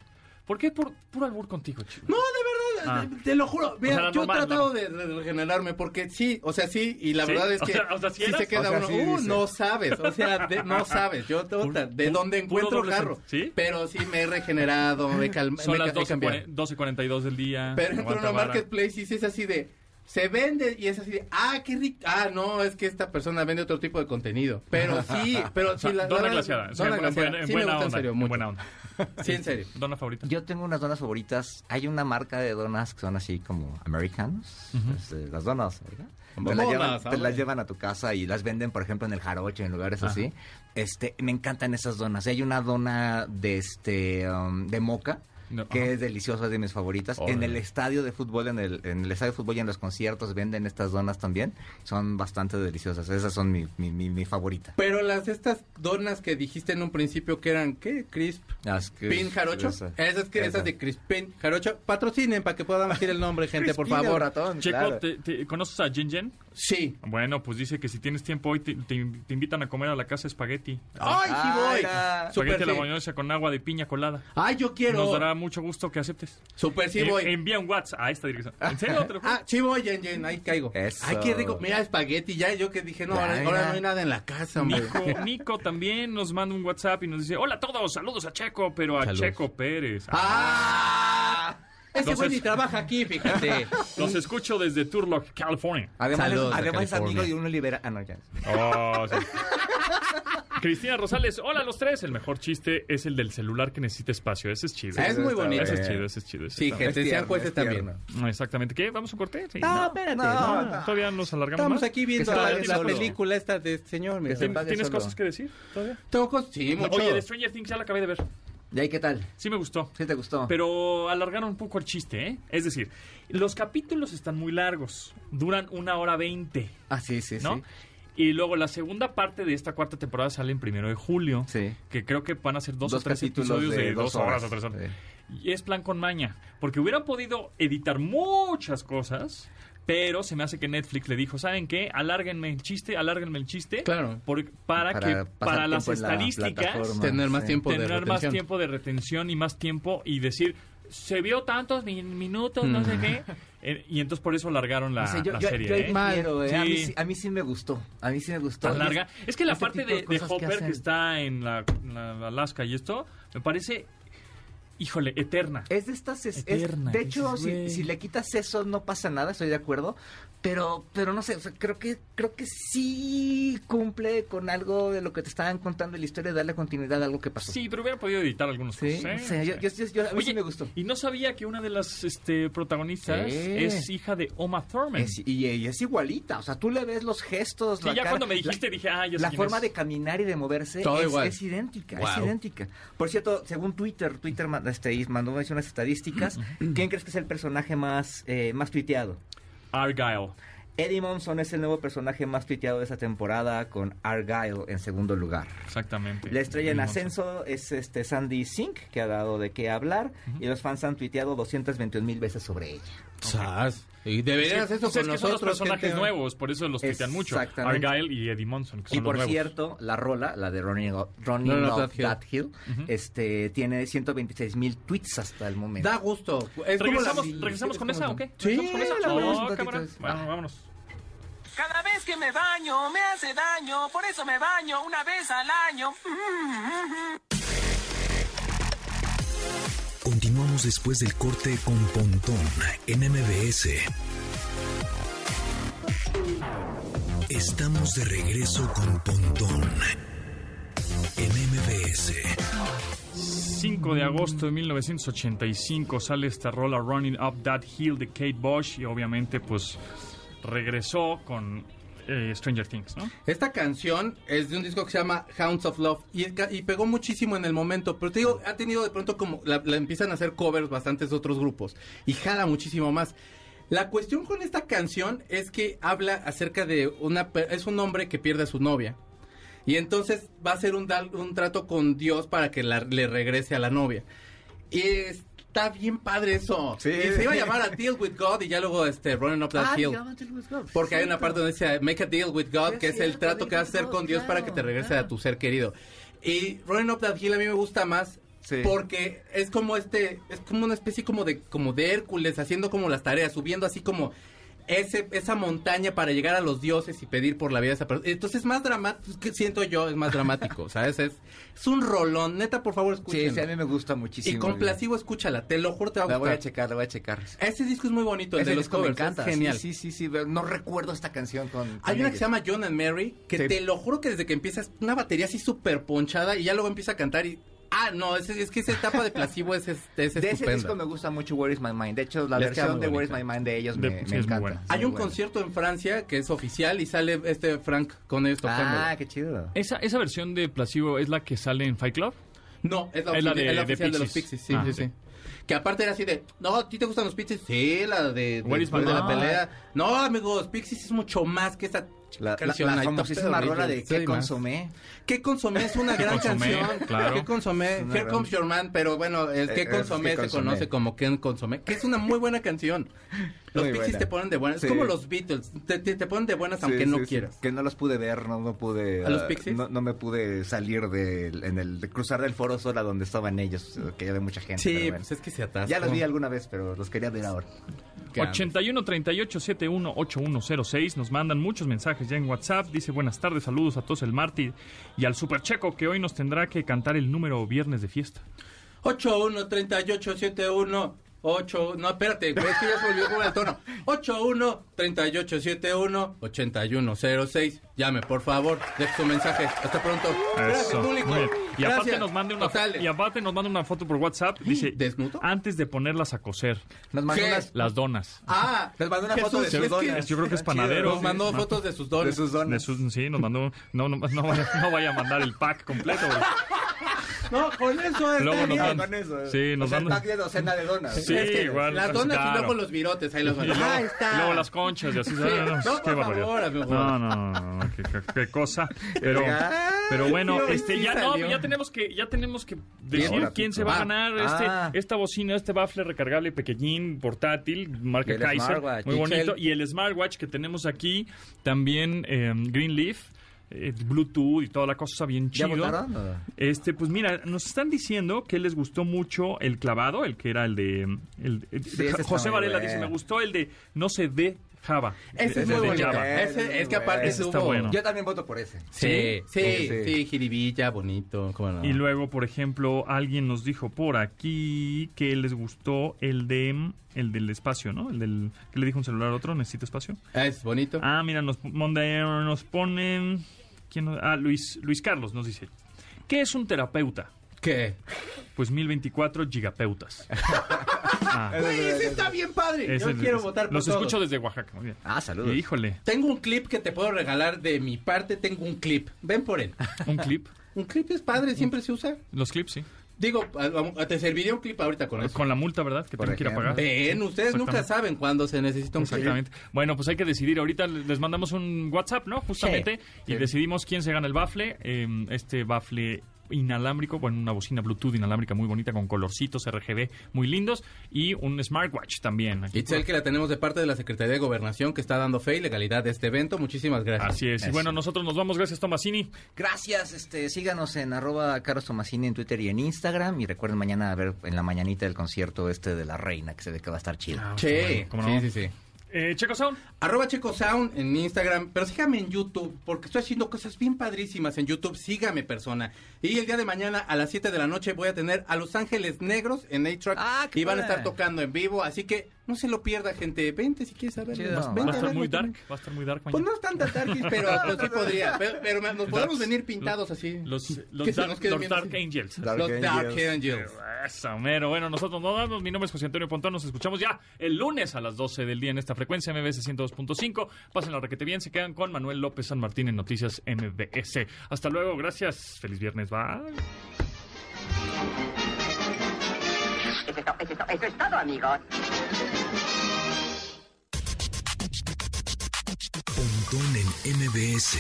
Speaker 2: ¿Por qué por, puro albur contigo, chico?
Speaker 4: No, de verdad, eh,
Speaker 2: Ah.
Speaker 4: te- te lo juro. Mira,
Speaker 2: sea, la
Speaker 4: yo he
Speaker 2: normal,
Speaker 4: tratado
Speaker 2: la-
Speaker 4: de de regenerarme porque sí, o sea, sí, y la
Speaker 2: Sí,
Speaker 4: verdad es
Speaker 2: o
Speaker 4: que
Speaker 2: sea, o sea, sí
Speaker 4: sí se
Speaker 2: eras.
Speaker 4: queda
Speaker 3: O sea,
Speaker 4: uno,
Speaker 3: sí
Speaker 4: "Uh,
Speaker 3: dices.
Speaker 4: no sabes, o sea, de-
Speaker 2: <laughs>
Speaker 4: no sabes, yo te-
Speaker 2: Puro-
Speaker 4: de dónde
Speaker 2: puro
Speaker 4: encuentro
Speaker 2: doble
Speaker 4: carro,
Speaker 2: sen- ¿sí?
Speaker 4: pero sí me he regenerado, me he calmado,
Speaker 2: Son
Speaker 4: me
Speaker 2: las
Speaker 4: he cambiado.
Speaker 2: 12.42 12:42 del día.
Speaker 4: Pero entro en
Speaker 2: Aguanta
Speaker 4: una
Speaker 2: vara.
Speaker 4: marketplace y sí es así de. Se vende y es así de. Ah, qué rico. Ah, no, es que esta persona vende otro tipo de contenido.
Speaker 2: <laughs>
Speaker 4: Pero sí, pero
Speaker 2: O sea,
Speaker 4: sí. La,
Speaker 2: dona
Speaker 4: la-
Speaker 2: glaseada. o sea,
Speaker 4: dona
Speaker 2: en
Speaker 4: glaseada.
Speaker 2: buena- en
Speaker 4: Sí me
Speaker 2: buena
Speaker 4: gusta en
Speaker 2: onda,
Speaker 4: serio,
Speaker 2: en
Speaker 4: mucho.
Speaker 2: buena onda.
Speaker 4: Sí, en serio.
Speaker 2: ¿Dona favorita?
Speaker 3: Yo tengo unas donas favoritas. Hay una marca de donas que son así como Americanos. este, las donas, ¿verdad? Te las,
Speaker 4: Donas,
Speaker 3: llevan, te
Speaker 4: hombre.
Speaker 3: las llevan a tu casa y las venden, por ejemplo, en el jarocho, en lugares así. Este, me encantan esas donas. Hay una dona de este um, de moca
Speaker 2: No,
Speaker 3: que
Speaker 2: ajá.
Speaker 3: es delicioso, es de mis favoritas. En
Speaker 2: Órale.
Speaker 3: el estadio de fútbol, en el, en el estadio de fútbol y en los conciertos venden estas donas también. Son bastante deliciosas. Esas son mi, mi, mi, mi favorita.
Speaker 4: Pero las estas donas que dijiste en un principio que eran, ¿qué? Crisp.
Speaker 3: Las que-
Speaker 4: Pin Jarocho.
Speaker 3: Ah, esa.
Speaker 4: esas, que,
Speaker 3: Esa.
Speaker 4: esas de Crispin Jarocho. Patrocinen para que podamos decir el nombre, gente, por
Speaker 3: Crispina
Speaker 4: favor.
Speaker 3: Ratón,
Speaker 2: Checo,
Speaker 3: claro.
Speaker 2: ¿te- te- ¿conoces a Jen Jen?
Speaker 4: Sí.
Speaker 2: Bueno, pues dice que si tienes tiempo hoy te, te in- te invitan a comer a la casa espagueti.
Speaker 3: Ah,
Speaker 4: ¡Ay, sí voy!
Speaker 3: Ala.
Speaker 4: Super
Speaker 2: Espagueti a la
Speaker 4: sí.
Speaker 2: mayonesa con agua de piña colada.
Speaker 4: ¡Ay, yo quiero!
Speaker 2: Nos dará mucho gusto que aceptes.
Speaker 4: Super sí
Speaker 2: Eh,
Speaker 4: voy.
Speaker 2: Envía un WhatsApp a esta dirección. ¿En serio? Te lo juro.
Speaker 4: Ah, sí voy, Jen, Jen, ahí caigo.
Speaker 3: Eso.
Speaker 4: Ay, qué rico. Mira, espagueti, ya yo que dije, no, ahora,
Speaker 3: Ya,
Speaker 4: ahora
Speaker 3: ya.
Speaker 4: no hay nada en la casa, hombre.
Speaker 2: Nico, Nico también nos manda un WhatsApp y nos dice, hola a todos, saludos a Checo, pero a
Speaker 4: Saludos.
Speaker 2: Checo Pérez.
Speaker 4: ¡Ah! Ese güey
Speaker 2: Entonces-
Speaker 4: ni trabaja aquí, fíjate.
Speaker 2: Ah, Los escucho desde Turlock, California.
Speaker 3: Además,
Speaker 4: Saludos a
Speaker 3: además es
Speaker 4: California.
Speaker 3: amigo de uno libera. Ah, no, ya.
Speaker 2: Oh,
Speaker 4: <laughs>
Speaker 2: sí. Cristina Rosales, hola a los tres. El mejor chiste es el del celular que necesita espacio. Ese es chido.
Speaker 4: Ah, es muy bonito.
Speaker 2: Ese es
Speaker 3: Eh.
Speaker 2: chido, ese es chido. ese
Speaker 4: Sí,
Speaker 2: está-
Speaker 4: gente, sean
Speaker 3: tierno,
Speaker 4: jueces
Speaker 3: es tierno.
Speaker 4: también.
Speaker 2: Exactamente. ¿Qué? ¿Vamos a cortar? Sí,
Speaker 4: No, espérate.
Speaker 3: no,
Speaker 4: no.
Speaker 2: Todavía nos alargamos
Speaker 4: Estamos
Speaker 2: más.
Speaker 4: aquí viendo
Speaker 2: se
Speaker 4: la,
Speaker 2: pague
Speaker 4: la
Speaker 2: solo.
Speaker 4: película esta de este señor. Mira.
Speaker 3: se
Speaker 2: ¿Tien-
Speaker 3: pague
Speaker 2: ¿Tienes
Speaker 3: solo.
Speaker 2: cosas que decir todavía?
Speaker 4: Tengo cosas- sí, mucho.
Speaker 2: Oye, de Stranger Things ya la acabé de ver.
Speaker 3: ¿Y ahí qué tal?
Speaker 2: Sí me gustó.
Speaker 3: ¿Sí te gustó?
Speaker 2: Pero alargaron un poco el chiste, ¿eh? Es decir, los capítulos están muy largos. Duran una hora veinte,
Speaker 3: ah, sí, sí,
Speaker 2: ¿no?
Speaker 3: sí.
Speaker 2: Y luego la segunda parte de esta cuarta temporada sale en primero de julio.
Speaker 3: Sí.
Speaker 2: Que creo que van a ser dos,
Speaker 3: Dos
Speaker 2: o tres
Speaker 3: capítulos
Speaker 2: episodios de,
Speaker 3: de
Speaker 2: dos,
Speaker 3: dos
Speaker 2: horas,
Speaker 3: horas,
Speaker 2: o tres horas.
Speaker 3: sí.
Speaker 2: Y es plan con maña. Porque hubieran podido editar muchas cosas. Pero se me hace que Netflix le dijo, ¿saben qué? Alárguenme el chiste, alárguenme el chiste.
Speaker 4: Claro.
Speaker 2: por- para,
Speaker 3: Para
Speaker 2: que,
Speaker 3: pasar
Speaker 2: para las
Speaker 3: tiempo en la
Speaker 2: estadísticas,
Speaker 3: plataforma.
Speaker 4: Tener más
Speaker 3: Sí.
Speaker 4: tiempo de
Speaker 2: tener más
Speaker 4: retención.
Speaker 2: tiempo de retención y más tiempo y decir, se vio tantos mi- minutos, no sé qué. Eh, Y entonces por eso largaron la,
Speaker 3: Mm. O sea, yo,
Speaker 2: la
Speaker 3: yo-
Speaker 2: serie.
Speaker 3: yo ahí
Speaker 2: ¿eh?
Speaker 3: quiero, eh. A, mí
Speaker 2: Sí.
Speaker 3: sí, a mí sí me gustó. A mí sí me gustó.
Speaker 2: tan larga. Es que la
Speaker 3: Este
Speaker 2: parte
Speaker 3: tipo de
Speaker 2: de, de
Speaker 3: cosas que
Speaker 2: Hopper que,
Speaker 3: hacen.
Speaker 2: está en la, en la Alaska y esto, me parece, híjole, eterna.
Speaker 3: Es de estas. es- es-
Speaker 2: Eterna,
Speaker 3: de
Speaker 2: dices,
Speaker 3: hecho,
Speaker 2: güey.
Speaker 3: si, si le quitas eso, no pasa nada, estoy de acuerdo. Pero, pero no sé, o sea, creo que, creo que sí cumple con algo de lo que te estaban contando en la historia, darle continuidad a algo que pasó.
Speaker 2: Sí, pero hubiera podido editar algunos
Speaker 3: Sí,
Speaker 2: cosas, ¿eh?
Speaker 3: no sé, yo, yo- yo- yo- a mí sí
Speaker 2: Oye,
Speaker 3: me gustó.
Speaker 2: Y no sabía que una de las este, protagonistas
Speaker 3: Sí.
Speaker 2: es hija de Oma Thurman.
Speaker 3: Es- y ella es igualita, o sea, tú le ves los gestos,
Speaker 2: Sí,
Speaker 3: la
Speaker 2: ya
Speaker 3: cara,
Speaker 2: cuando me
Speaker 3: la-
Speaker 2: dijiste dije, ah, ya sé
Speaker 3: La
Speaker 2: quién
Speaker 3: forma
Speaker 2: es.
Speaker 3: de caminar y de moverse
Speaker 4: Todo
Speaker 3: es,
Speaker 4: igual.
Speaker 3: es idéntica,
Speaker 4: Wow.
Speaker 3: es idéntica. Por cierto, según Twitter, Twitter ma- este, y mandó unas unas estadísticas. ¿Quién crees que es el personaje más, eh, más tuiteado?
Speaker 2: Argyle.
Speaker 3: Eddie Monson es el nuevo personaje más tuiteado de esta temporada con Argyle en segundo lugar.
Speaker 2: Exactamente.
Speaker 3: La estrella en
Speaker 2: Digimon.
Speaker 3: ascenso es este Sandy Sink, que ha dado de qué hablar, y los fans han tuiteado 221 mil veces sobre ella.
Speaker 4: Sas. Y
Speaker 2: Sí,
Speaker 4: deberías eso
Speaker 2: pues es
Speaker 4: con
Speaker 2: que son los
Speaker 4: nosotros.
Speaker 2: personajes
Speaker 4: gente.
Speaker 2: nuevos, por eso los tuitean mucho.
Speaker 3: Exactamente.
Speaker 2: Argyle y Eddie Monson, que son
Speaker 3: Y
Speaker 2: los
Speaker 3: por
Speaker 2: nuevos.
Speaker 3: cierto, la rola, la de Ronnie, Lo- Ronnie
Speaker 4: No, no,
Speaker 3: Love
Speaker 4: That Hill.
Speaker 3: That Hill, este, tiene 126 mil tweets hasta el momento.
Speaker 4: Da gusto. Es como
Speaker 2: ¿Regresamos,
Speaker 4: la-
Speaker 2: regresamos con esa o qué?
Speaker 4: Sí,
Speaker 2: ¿Regresamos con esa?
Speaker 4: la
Speaker 2: Oh,
Speaker 4: vemos un
Speaker 2: cámara.
Speaker 3: ratito.
Speaker 2: Bueno, vámonos.
Speaker 10: Cada vez que me baño me hace daño, por eso me baño una vez al año.
Speaker 1: Continuamos después del corte con Pontón en MBS. Estamos de regreso con Pontón en MBS.
Speaker 2: 5 de agosto de 1985 sale esta rola Running Up That Hill de Kate Bush y obviamente pues regresó con eh, Stranger Things, ¿no?
Speaker 4: Esta canción es de un disco que se llama Hounds of Love y, es ca- y pegó muchísimo en el momento, pero te digo, ha tenido de pronto como la, la empiezan a hacer covers bastantes otros grupos y jala muchísimo más. La cuestión con esta canción es que habla acerca de una pe- es un hombre que pierde a su novia y entonces va a hacer un, dal- un trato con Dios para que la- le regrese a la novia. Y está bien padre eso.
Speaker 3: Sí.
Speaker 4: Y se iba a llamar a Deal with God y ya luego este Running Up That
Speaker 3: Ah,
Speaker 4: Hill.
Speaker 3: llámate Luis Gov,
Speaker 4: Porque hay una
Speaker 3: cierto.
Speaker 4: parte donde dice, make a deal with God,
Speaker 3: Es
Speaker 4: que es el
Speaker 3: cierto,
Speaker 4: trato
Speaker 3: deal
Speaker 4: que vas
Speaker 3: with
Speaker 4: a hacer
Speaker 3: God,
Speaker 4: con Dios para que
Speaker 3: claro,
Speaker 4: te regrese
Speaker 3: claro.
Speaker 4: a tu ser querido. Y Running Up That Hill a mí me gusta más
Speaker 3: Sí.
Speaker 4: porque es como este, es como una especie como de, como de Hércules, haciendo como las tareas, subiendo así como ese, esa montaña para llegar a los dioses y pedir por la vida de esa persona. Entonces es más dramático, que siento yo, es
Speaker 3: <laughs>
Speaker 4: más dramático, ¿sabes? Es, es un rolón, neta, por favor,
Speaker 3: Sí,
Speaker 4: escúchenlo.
Speaker 3: sí, a mí me gusta
Speaker 4: y
Speaker 3: muchísimo.
Speaker 4: con Plasivo, escúchala, te lo juro, te va a
Speaker 3: La voy a
Speaker 4: gustar.
Speaker 3: checar, la voy a checar.
Speaker 4: Ese disco es muy bonito, el
Speaker 3: Ese
Speaker 4: de los
Speaker 3: disco me
Speaker 4: covers, es
Speaker 3: encanta. sí,
Speaker 4: genial.
Speaker 3: Sí, sí, sí, pero no recuerdo esta canción con... con
Speaker 4: Hay una que
Speaker 3: ellos.
Speaker 4: se llama John and Mary, que
Speaker 3: Sí.
Speaker 4: te lo juro que desde que empiezas, una batería así súper ponchada y ya luego empieza a cantar y... Ah, no, es, es que esa etapa de placebo es, es, es
Speaker 3: De ese disco
Speaker 4: estupenda.
Speaker 3: me gusta mucho Where is My Mind. De hecho, la
Speaker 4: Les queda
Speaker 3: versión
Speaker 4: muy
Speaker 3: de Where is My
Speaker 4: bonita.
Speaker 3: Mind de ellos
Speaker 2: De-
Speaker 3: me,
Speaker 2: sí,
Speaker 3: me
Speaker 2: es muy
Speaker 3: encanta.
Speaker 2: buena.
Speaker 3: Es
Speaker 4: Hay
Speaker 3: muy
Speaker 4: un
Speaker 3: buena.
Speaker 4: concierto en Francia que es oficial y sale este Frank con ellos tocando.
Speaker 3: Ah, qué chido.
Speaker 2: Esa, esa versión de Placebo es la que sale en Fight Club.
Speaker 4: no, es la,
Speaker 2: es la
Speaker 4: ofici-
Speaker 2: de-
Speaker 4: es la
Speaker 2: de
Speaker 4: oficial de, los
Speaker 2: Pixies.
Speaker 4: Pixies, sí,
Speaker 2: Ah,
Speaker 4: sí,
Speaker 2: sí.
Speaker 4: sí. que aparte era así de, no, ¿a ti te gustan los pixies? Sí, la de, de,
Speaker 2: Where is my
Speaker 4: después de la
Speaker 2: mom?
Speaker 4: pelea. No, amigos, pixies es mucho más que esa
Speaker 3: La, la,
Speaker 4: canción.
Speaker 3: la
Speaker 4: ahí,
Speaker 3: famosísima
Speaker 4: Doctor
Speaker 3: rola de
Speaker 4: Horrible.
Speaker 3: ¿Qué
Speaker 2: Sí, más.
Speaker 3: consomé?
Speaker 4: ¿Qué consomé? Es una
Speaker 2: ¿Qué
Speaker 4: gran
Speaker 2: consomé?
Speaker 4: canción.
Speaker 2: Claro.
Speaker 4: ¿Qué consomé?
Speaker 3: Es una
Speaker 4: Here
Speaker 3: gran-
Speaker 4: Comes Your Man, pero bueno, el
Speaker 3: Eh,
Speaker 4: ¿Qué
Speaker 3: es
Speaker 4: consomé
Speaker 3: que
Speaker 4: se
Speaker 3: consomé.
Speaker 4: conoce como ¿Qué consomé? Que es una muy buena canción. Los
Speaker 3: Muy
Speaker 4: Pixies
Speaker 3: buena.
Speaker 4: te ponen de buenas.
Speaker 3: Sí.
Speaker 4: Es como los Beatles. Te, te- te ponen de buenas
Speaker 3: Sí,
Speaker 4: aunque
Speaker 3: sí,
Speaker 4: no
Speaker 3: sí.
Speaker 4: quieras.
Speaker 3: Que no los pude ver, no, no pude.
Speaker 4: ¿A los
Speaker 3: ah,
Speaker 4: Pixies?
Speaker 3: No, no me pude salir del en el, de cruzar del foro sola donde estaban ellos, que ya de mucha gente.
Speaker 4: Sí,
Speaker 3: pero bueno.
Speaker 4: pues es que se atasca.
Speaker 3: Ya los vi alguna vez, pero los quería ver ahora.
Speaker 2: 81 38 71 8106 nos mandan muchos mensajes ya en WhatsApp. Dice buenas tardes, saludos a todos el Martí y al Supercheco que hoy nos tendrá que cantar el número viernes de fiesta.
Speaker 4: 81 38 71 8 No, espérate, güey, es que ya se volvió como el tono. 81 38 71 81 06. Llame, por favor, deje su mensaje. Hasta pronto. Gracias, público.
Speaker 2: muy bien. Y aparte
Speaker 4: Gracias,
Speaker 2: nos manda una
Speaker 4: totales.
Speaker 2: y aparte nos manda una foto por WhatsApp, dice
Speaker 4: <gasps> ¿Desnudo?
Speaker 2: antes de ponerlas a cocer,
Speaker 3: Nos mandó
Speaker 4: ¿Qué?
Speaker 3: unas.
Speaker 2: las donas.
Speaker 4: Ah,
Speaker 3: Les mandó una foto de sus
Speaker 4: es que-
Speaker 3: donas.
Speaker 2: Yo creo que es panadero.
Speaker 4: Nos mandó
Speaker 2: Sí.
Speaker 4: fotos de sus
Speaker 3: De
Speaker 4: dones.
Speaker 3: sus dones.
Speaker 2: De sus- sí, nos mandó. No, no, no vaya, no vaya a mandar el pack completo. güey.
Speaker 4: Ah, No, con eso es.
Speaker 2: Luego nos
Speaker 3: Ah,
Speaker 2: manda-
Speaker 3: con eso.
Speaker 2: Sí, nos
Speaker 3: O sea,
Speaker 2: manda-
Speaker 3: pack de docena de donas.
Speaker 2: Sí, igual. pues,
Speaker 4: Las donas y
Speaker 2: claro.
Speaker 4: luego los virotes, ahí los
Speaker 2: Y
Speaker 4: mandó.
Speaker 2: luego,
Speaker 4: Ah, está.
Speaker 2: y luego las conchas y así. ah, no,
Speaker 4: no, por
Speaker 2: qué
Speaker 4: favor,
Speaker 2: barbaridad.
Speaker 4: amigo.
Speaker 2: No, no, no, no, qué, qué- qué cosa. Pero, pero bueno,
Speaker 4: Dios,
Speaker 2: este,
Speaker 4: sí
Speaker 2: ya, no,
Speaker 4: salió.
Speaker 2: ya tenemos que, ya tenemos que decir
Speaker 3: ahora,
Speaker 2: quién
Speaker 3: tú,
Speaker 2: se va a
Speaker 4: ah,
Speaker 2: ganar este,
Speaker 3: ah.
Speaker 2: esta bocina, este baffle recargable pequeñín, portátil, marca
Speaker 3: Y el
Speaker 2: Kaiser,
Speaker 3: smartwatch,
Speaker 2: muy bonito.
Speaker 3: Michelle.
Speaker 2: Y el smartwatch que tenemos aquí, también eh, Greenleaf. eh, Bluetooth y toda la cosa bien
Speaker 3: ¿Ya
Speaker 2: chido.
Speaker 3: votaron? o?
Speaker 2: Este, pues mira, nos están diciendo que les gustó mucho el clavado, el que era el de. el- el-
Speaker 3: Sí, ese está
Speaker 2: José
Speaker 3: muy
Speaker 2: Varela dice:
Speaker 3: bueno.
Speaker 2: Me gustó el de no se dé Java.
Speaker 4: Ese es
Speaker 2: De-
Speaker 4: muy
Speaker 2: de
Speaker 4: bonito.
Speaker 2: Java.
Speaker 3: Eh,
Speaker 4: Ese es que aparte
Speaker 2: Ese está
Speaker 4: hubo-
Speaker 2: bueno.
Speaker 3: Yo también voto por ese.
Speaker 4: Sí, sí,
Speaker 3: Sí,
Speaker 4: sí,
Speaker 3: sí.
Speaker 4: jiribilla, bonito. cómo no.
Speaker 2: Y luego, por ejemplo, alguien nos dijo por aquí que les gustó el de el del espacio, ¿no? El del que le dijo un celular a otro, necesita espacio.
Speaker 4: Ah, es bonito.
Speaker 2: Ah, mira, nos, manda- nos ponen ¿quién nos- ah, Luis Luis Carlos nos dice, ¿qué es un terapeuta?
Speaker 4: ¿Qué?
Speaker 2: Pues 1024
Speaker 3: <laughs>
Speaker 2: gigapeutas. Ah.
Speaker 4: Güey, ese está bien padre.
Speaker 2: Es
Speaker 4: Yo
Speaker 2: el-
Speaker 4: quiero
Speaker 2: es-
Speaker 4: votar por
Speaker 2: Los
Speaker 4: todos.
Speaker 2: escucho desde Oaxaca, muy bien.
Speaker 3: Ah, saludos.
Speaker 2: Y híjole,
Speaker 4: Tengo un clip que te puedo regalar de mi parte. Tengo un clip. Ven por él.
Speaker 2: un clip.
Speaker 4: Un clip es padre, siempre se usa.
Speaker 2: Los clips, sí.
Speaker 4: Digo, a- a- te serviría un clip ahorita con eso.
Speaker 2: Con la multa, ¿verdad? Que
Speaker 3: Por
Speaker 2: tengo que ir a
Speaker 3: ejemplo.
Speaker 2: pagar.
Speaker 4: Ven, ustedes nunca
Speaker 2: Exactamente.
Speaker 4: saben cuándo se necesita un clip.
Speaker 2: Exactamente. Bueno, pues hay que decidir. Ahorita les mandamos un WhatsApp, ¿no? Justamente. Y decidimos quién se gana el bafle. eh, este bafle inalámbrico, bueno, una bocina Bluetooth inalámbrica muy bonita con colorcitos RGB muy lindos y un smartwatch también. Aquí.
Speaker 4: Itzel, que la tenemos de parte de la Secretaría de Gobernación, que está dando fe y legalidad de este evento. Muchísimas gracias.
Speaker 2: Así es. Y bueno, nosotros nos vamos. Gracias, Tomasini.
Speaker 3: Gracias, este, síganos en arroba Carlos Tomasini en Twitter y en Instagram. Y recuerden mañana a ver en la mañanita el concierto este de la reina, que se ve que va a estar chido.
Speaker 4: Che,
Speaker 2: ¿Cómo no?
Speaker 4: sí, sí, sí.
Speaker 2: Eh, Checo Sound.
Speaker 4: Arroba Checo Sound en Instagram, pero sígame en YouTube, porque estoy haciendo cosas bien padrísimas en YouTube. Sígame, persona. Y el día de mañana a las 7 de la noche voy a tener a Los Ángeles Negros en A-Track.
Speaker 3: Ah, qué
Speaker 4: y van a
Speaker 3: padre.
Speaker 4: estar tocando en vivo, así que no se lo pierda, gente. Vente si quieres saber.
Speaker 3: Chido.
Speaker 4: más.
Speaker 2: Va
Speaker 4: Vente
Speaker 2: a estar
Speaker 4: verlo
Speaker 2: muy dark.
Speaker 4: también.
Speaker 2: Va a estar muy dark
Speaker 4: Pues
Speaker 2: mañana.
Speaker 4: no es tan darkies, pero pues sí podría. Pero, pero
Speaker 2: <laughs>
Speaker 4: nos
Speaker 2: Darks.
Speaker 4: podemos venir pintados así.
Speaker 2: Los, los
Speaker 4: Que se
Speaker 2: dark,
Speaker 4: nos quede
Speaker 2: los
Speaker 4: bien
Speaker 2: Dark
Speaker 4: así.
Speaker 2: Angels.
Speaker 3: Dark
Speaker 4: los Dark
Speaker 3: Angels.
Speaker 4: Angels.
Speaker 2: Eso, mero. Bueno, nosotros nos damos. Mi nombre es José Antonio Pontón. Nos escuchamos ya el lunes a las 12 del día en esta frecuencia MBS 102.5. Pásenlo requete bien. Se quedan con Manuel López San Martín en Noticias MBS. Hasta luego. Gracias. Feliz viernes. Bye.
Speaker 11: Eso es, to- eso es to- eso es todo, amigos.
Speaker 1: Pontón en MBS.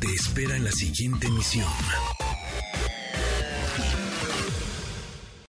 Speaker 1: Te espera en la siguiente emisión.